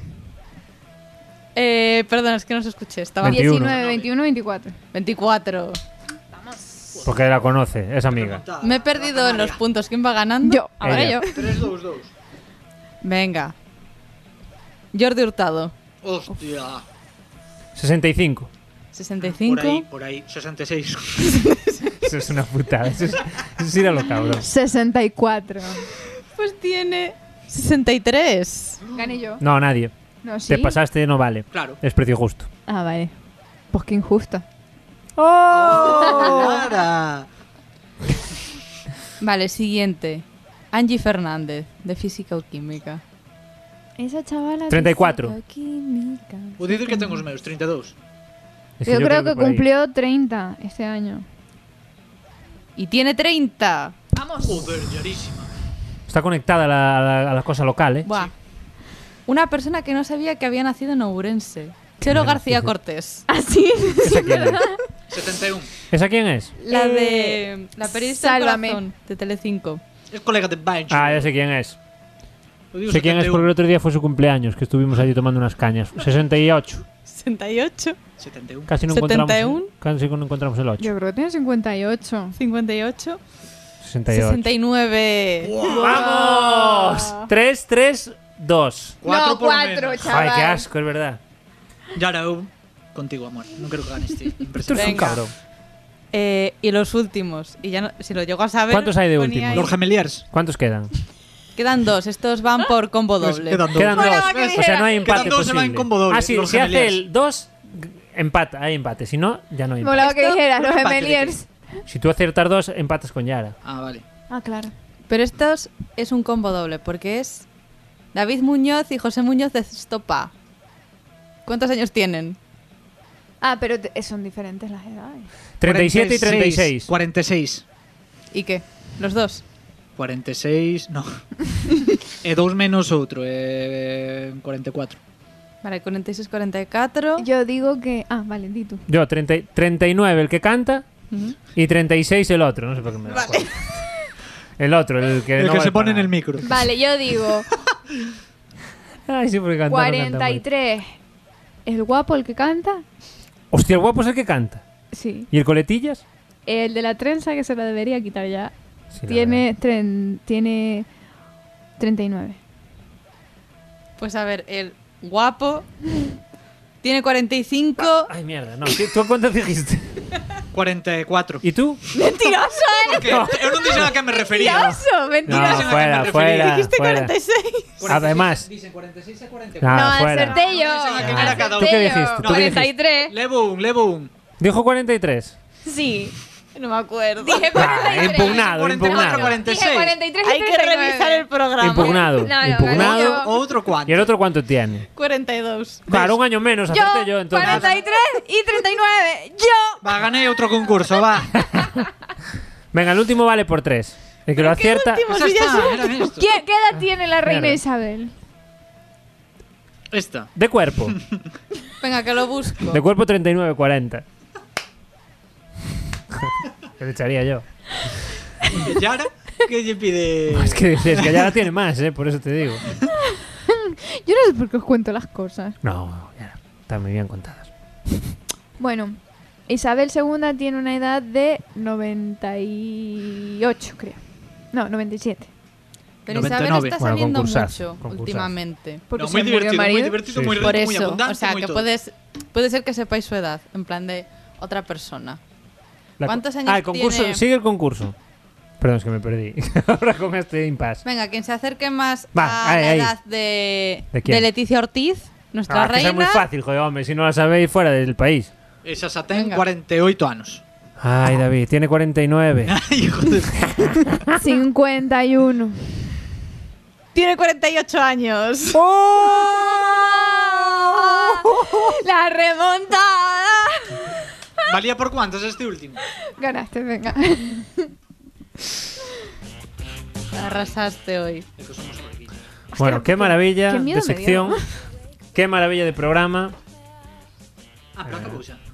S4: Eh, perdón, es que no se escuché. Estaba
S1: 21.
S3: 19, 21, 24.
S4: 24.
S1: Porque la conoce, es amiga.
S2: Remontada.
S4: Me he perdido en los puntos. ¿Quién va ganando?
S3: Yo.
S4: Ahora
S1: Ella.
S4: yo.
S2: 3-2-2.
S4: Venga. Jordi Hurtado.
S2: Hostia.
S1: 65.
S4: 65.
S2: Por ahí, por ahí. 66.
S1: Eso es una putada. Eso es, eso es ir a lo cabrón.
S3: 64.
S4: Pues tiene 63.
S3: Gané yo.
S1: No, nadie.
S3: No, sí.
S1: Te pasaste, no vale.
S2: Claro.
S1: Es precio justo.
S3: Ah, vale. Pues qué injusto.
S2: Clara.
S4: Vale, siguiente. Angie Fernández, de Física o Química.
S3: Esa chavala.
S1: 34.
S3: física, química.
S2: Vou dicir que ten os meus e 32.
S1: Es
S3: Yo, creo, que
S1: por ahí.
S3: cumplió 30 este año.
S4: Y tiene 30.
S2: Joder, llorísima.
S1: Está conectada a la, a la- a la cosa local, ¿eh?
S4: Buah. Una persona que no sabía que había nacido en Ourense. Chelo
S1: Mira,
S4: García
S1: fíjate.
S4: Cortés.
S3: Así.
S1: ¿Esa quién es?
S2: 71.
S1: ¿Esa quién es?
S4: La
S3: Eh,
S4: de la periodista del
S3: Sálvame.
S4: corazón, de Telecinco.
S2: Es colega de Bancho.
S1: Ah, ya sé quién es. Sé quién es
S2: e
S1: porque el otro día fue su cumpleaños, que estuvimos allí tomando unas cañas. 68.
S4: 68,
S2: 71.
S1: Casi no
S4: 71.
S1: encontramos. Casi no encontramos el 8.
S3: Yo creo que tiene 58.
S4: 58,
S1: 68.
S4: 69.
S3: Ah.
S1: ¡Vamos! 3, 3, 2.
S2: Cuatro
S3: no,
S2: por
S3: cuatro,
S2: menos.
S3: chaval.
S1: Ay, qué asco, es verdad.
S2: Y ahora eu contigo, amor. No creo que ganes, tío.
S1: Tú eres
S2: Impresionante.
S1: un
S4: Venga.
S1: cabrón.
S4: Eh, y los últimos. Y ya no- si lo llego a saber.
S1: ¿Cuántos hay de
S4: ponía
S1: últimos?
S4: ahí-
S2: Los gemeliers.
S1: ¿Cuántos quedan?
S4: Quedan dos. Estos van por combo doble.
S2: Pues, Quedan dos.
S1: Quedan
S3: Bueno,
S1: dos.
S3: va, que
S1: O sea, no
S3: dijera.
S1: hay empate.
S2: Quedan dos, se va en
S1: posible.
S2: combo doble,
S1: Ah, sí,
S2: los
S1: si hace
S2: gemeliers.
S1: el 2, empata, hay empate. Si no, ya no hay empate.
S3: Molaba que
S4: Esto-
S3: dijeras, los
S2: Empate, ¿de qué?
S3: Emeliers.
S1: Si tú aciertas dos, empatas con Yara.
S2: Ah, vale.
S3: Ah, claro.
S4: Pero estos es un combo doble porque es David Muñoz y José Muñoz de Estopa. ¿Cuántos años tienen?
S3: Ah, pero te- son diferentes las edades.
S1: 37 y 36.
S2: 46.
S4: ¿Y qué? Los dos.
S2: 46, no. e dous menos outro, eh, 44.
S4: Vale, 46, 44.
S3: Yo digo que. Ah, vale, di tú.
S1: Yo, 30 y- 39 el que canta
S4: Ujú.
S1: y 36 el otro. No sé por qué me lo acuerdo. El otro, el que,
S2: El
S1: no
S2: que
S1: vale
S2: se pone en
S1: para
S2: el micro.
S3: Vale, yo digo
S1: nada. Ay, sí, porque cantar no canta muy.
S3: 43. ¿El guapo el que canta?
S1: Hostia, el guapo es el que canta.
S3: Sí.
S1: ¿Y el coletillas?
S3: El de la trenza que se la debería quitar ya.
S1: Sí, la
S3: tiene, tren- tiene 39.
S4: Pues a ver, el guapo tiene 45.
S1: Ay, mierda, no. ¿Qué- ¿Tú cuántos dijiste?
S2: 44.
S1: ¿Y tú?
S4: ¡Mentiroso!
S2: Porque eu non dixen a que me refería.
S4: ¡Mentiroso!
S1: No,
S4: ¡Mentiroso!
S2: me
S1: fuera,
S2: referí.
S1: fuera.
S4: Dijiste
S1: fuera.
S4: 46.
S1: Además.
S2: Dicen 46 e 44.
S1: Nah,
S3: no,
S1: fuera.
S3: acerté yo.
S2: Ah, No, no sé a quién era cada
S1: ¿Tú qué
S3: Acerté
S1: dijiste?
S3: yo.
S1: ¿Tú qué dijiste?
S4: 43.
S2: Levo un, levo un.
S1: Dijo 43.
S3: Sí.
S4: No me acuerdo.
S3: Dije
S1: Ah,
S3: 43.
S1: impugnado,
S2: 44,
S1: impugnado.
S2: 46.
S3: 43 y
S4: Hay que
S3: 39.
S4: revisar el programa.
S1: Impugnado,
S3: No, no,
S1: impugnado.
S3: ganó
S2: O outro cuánto?
S1: ¿Y el otro cuánto tiene?
S4: 42.
S1: Claro, un año menos, acerté yo,
S3: Yo,
S1: entonces.
S3: 43 y 39. Yo.
S2: Va, Pues ganei outro concurso, va.
S1: Venga, el último vale por 3. El que lo acierta.
S4: último?
S2: Esa
S4: Sí, ya
S2: está,
S4: sé.
S2: era esto.
S3: ¿Qué, qué edad tiene la reina
S1: Claro.
S3: Isabel?
S2: Esta.
S1: De cuerpo.
S4: Venga, que lo busco.
S1: De cuerpo 39-40. Que le echaría yo.
S2: ¿Y ahora? ¿Qué le pide?
S1: Ah, Es que dices que ya la tiene más, ¿eh? Por eso te digo.
S3: Yo no sé por qué os cuento las cosas.
S1: No, ya. Están muy bien contadas.
S3: Bueno, Isabel II tiene una edad de 98, creo. No, 97.
S4: Pero Isabel
S2: 99.
S4: está
S1: Bueno,
S4: saliendo
S1: concursad,
S4: mucho
S1: concursad.
S4: últimamente.
S3: Porque
S2: No,
S3: se
S2: muy
S3: le murió el
S2: divertido, muy
S3: marido.
S2: divertido,
S1: Sí,
S2: muy
S1: sí.
S2: rico,
S4: Por
S2: muy
S4: eso,
S2: abundante,
S4: o sea,
S2: muy
S4: que
S2: todo.
S4: puedes, puede ser que sepáis su edad, en plan de otra persona.
S1: La co-
S4: ¿Cuántos años
S1: Ah, el concurso.
S4: tiene?
S1: Sigue el concurso. Perdón, es que me perdí. Ahora con este impasse.
S4: Venga, quien se acerque más
S1: Va,
S4: a
S1: ahí,
S4: la
S1: ahí.
S4: edad de,
S1: ¿De quién?
S4: de Leticia Ortiz, nuestra
S1: Ah, que
S4: reina.
S1: es muy fácil, joder, hombre. Si no la sabéis, fuera del país.
S2: Esa xa ten
S4: Venga.
S2: 48 anos.
S1: Ay, David, tiene 49.
S2: Ay, hijo de...
S3: 51.
S4: Tiene 48 años. ¡Oh!
S3: La remontada.
S2: Valía por cuántos este último?
S3: Ganaste, venga.
S4: Arrasaste hoy.
S2: É que somos riquillos.
S1: Bueno, qué maravilla
S3: qué miedo
S1: de
S3: me dio.
S1: sección. Qué maravilla de programa.
S2: Ah, pero acabou xa.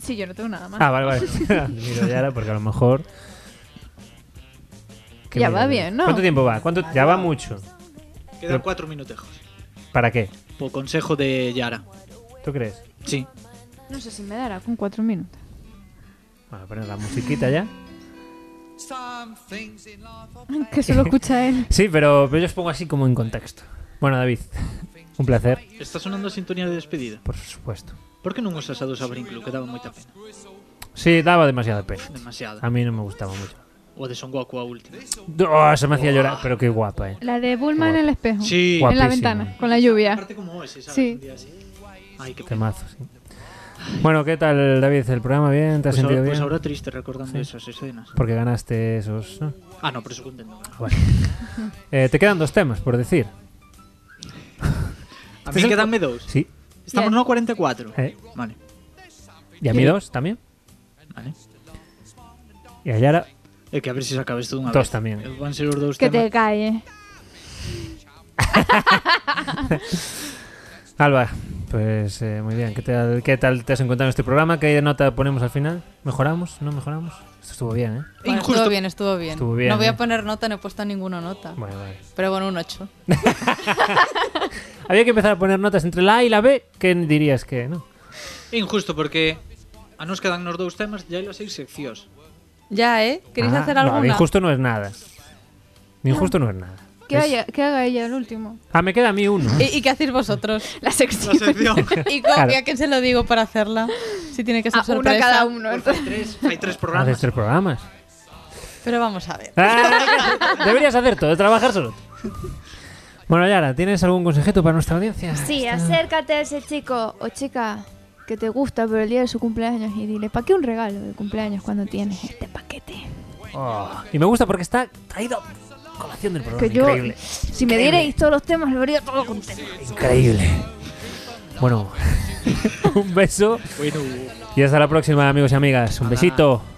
S3: Sí, yo no tengo nada más.
S1: Ah, vale, vale. Miro ya ahora porque a lo mejor. Qué
S3: Ya
S1: maravilla.
S3: va bien, ¿no?
S1: ¿Cuánto tiempo va? ¿Cuánto? Ya va mucho.
S2: Quedan 4 minutejos.
S1: ¿Para qué?
S2: Po consejo de Yara.
S1: ¿Tú crees?
S2: Sí.
S3: No sé si me dará con cuatro minutos.
S1: Bueno, poner la musiquita ya.
S3: Que solo escucha él.
S1: Sí, pero, pero yo os pongo así como en contexto. Bueno, David, un placer,
S2: Está sonando a sintonía de despedida.
S1: por supuesto.
S2: Por que non usas a dos a Brinklu? Que daba moita pena.
S1: Sí, daba demasiada pena.
S2: Demasiada.
S1: A mí no me gustaba mucho.
S2: O a de Son Goku a última.
S1: Oh, se me hacía llorar, pero qué guapa, eh.
S3: La de Bulma en el espejo.
S2: Sí.
S3: En
S1: Guapísima.
S3: la ventana, con la lluvia.
S2: Aparte como ese, ¿sabes?
S3: Sí.
S2: Un día así. Ay, qué pena.
S1: Temazo, sí. Bueno, ¿qué tal, David? ¿El programa bien? ¿Te has
S2: Pues ahora,
S1: sentido
S2: pues
S1: bien?
S2: ahora triste recordando esas escenas.
S1: Porque ganaste esos. ¿no?
S2: Ah, no, pero eso contento.
S1: Ah, vale. Eh, te quedan dos temas por decir.
S2: A
S1: Este
S2: mí
S1: es el
S2: quedanme dous.
S1: Sí.
S2: Estamos no 44.
S1: Eh.
S2: Vale.
S1: Y a mí dos también.
S2: Vale.
S1: Y a Yara
S2: É que a ver se acaba isto dunha vez.
S1: Dos tamén.
S2: Eh, Van ser os dous
S3: Que te
S2: temas.
S3: calle.
S1: Alba, pues eh, muy bien. ¿Qué tal, ¿Qué tal te has encontrado en este programa? ¿Qué nota ponemos al final? ¿Mejoramos? ¿No mejoramos? Esto estuvo bien, ¿eh?
S4: Bueno,
S2: Injusto.
S4: Estuvo bien, estuvo bien.
S1: Estuvo bien,
S4: No voy
S1: eh.
S4: a poner nota, no he puesto ninguna nota.
S1: Bueno, vale.
S4: Pero bueno, un 8.
S1: Había que empezar a poner notas entre la A y la B. ¿Qué dirías que no?
S2: É injusto porque a nos quedan nos dous temas e hai as seis seccións.
S4: Ya, ¿eh? ¿Queréis
S1: Ah,
S4: hacer
S1: no,
S4: alguna?
S1: de injusto no es nada. De injusto no es nada.
S3: Que,
S1: Es-
S3: haya- que haga ella el último.
S1: Ah, me queda a mí uno.
S4: ¿Y, y qué hacéis vosotros?
S2: La
S3: La sección.
S2: sección.
S4: ¿Y
S1: Claro.
S4: copia a quién se lo digo para hacerla? Si tiene que ser
S3: Ah,
S4: sorpresa.
S3: una cada uno.
S2: Porque hai tres, hai tres
S1: Haces
S2: programas.
S1: tres programas.
S4: Pero vamos a ver.
S1: Ah, deberías hacer todo, trabajar solo. Bueno, Yara, ¿tienes algún consejito para nuestra audiencia?
S3: Sí,
S1: Está-
S3: acércate a ese chico o chica que te gusta por el día de su cumpleaños y dile, ¿para qué un regalo de cumpleaños cuando tienes este paquete?
S1: Oh, Y me gusta porque está traído a colación del programa.
S3: Que yo,
S1: Ah, Increíble.
S3: si me dierais todos los temas, lo haría todo con temas.
S1: Increíble. Bueno, un beso
S2: Bueno,
S1: y hasta la próxima, amigos y amigas. Un besito.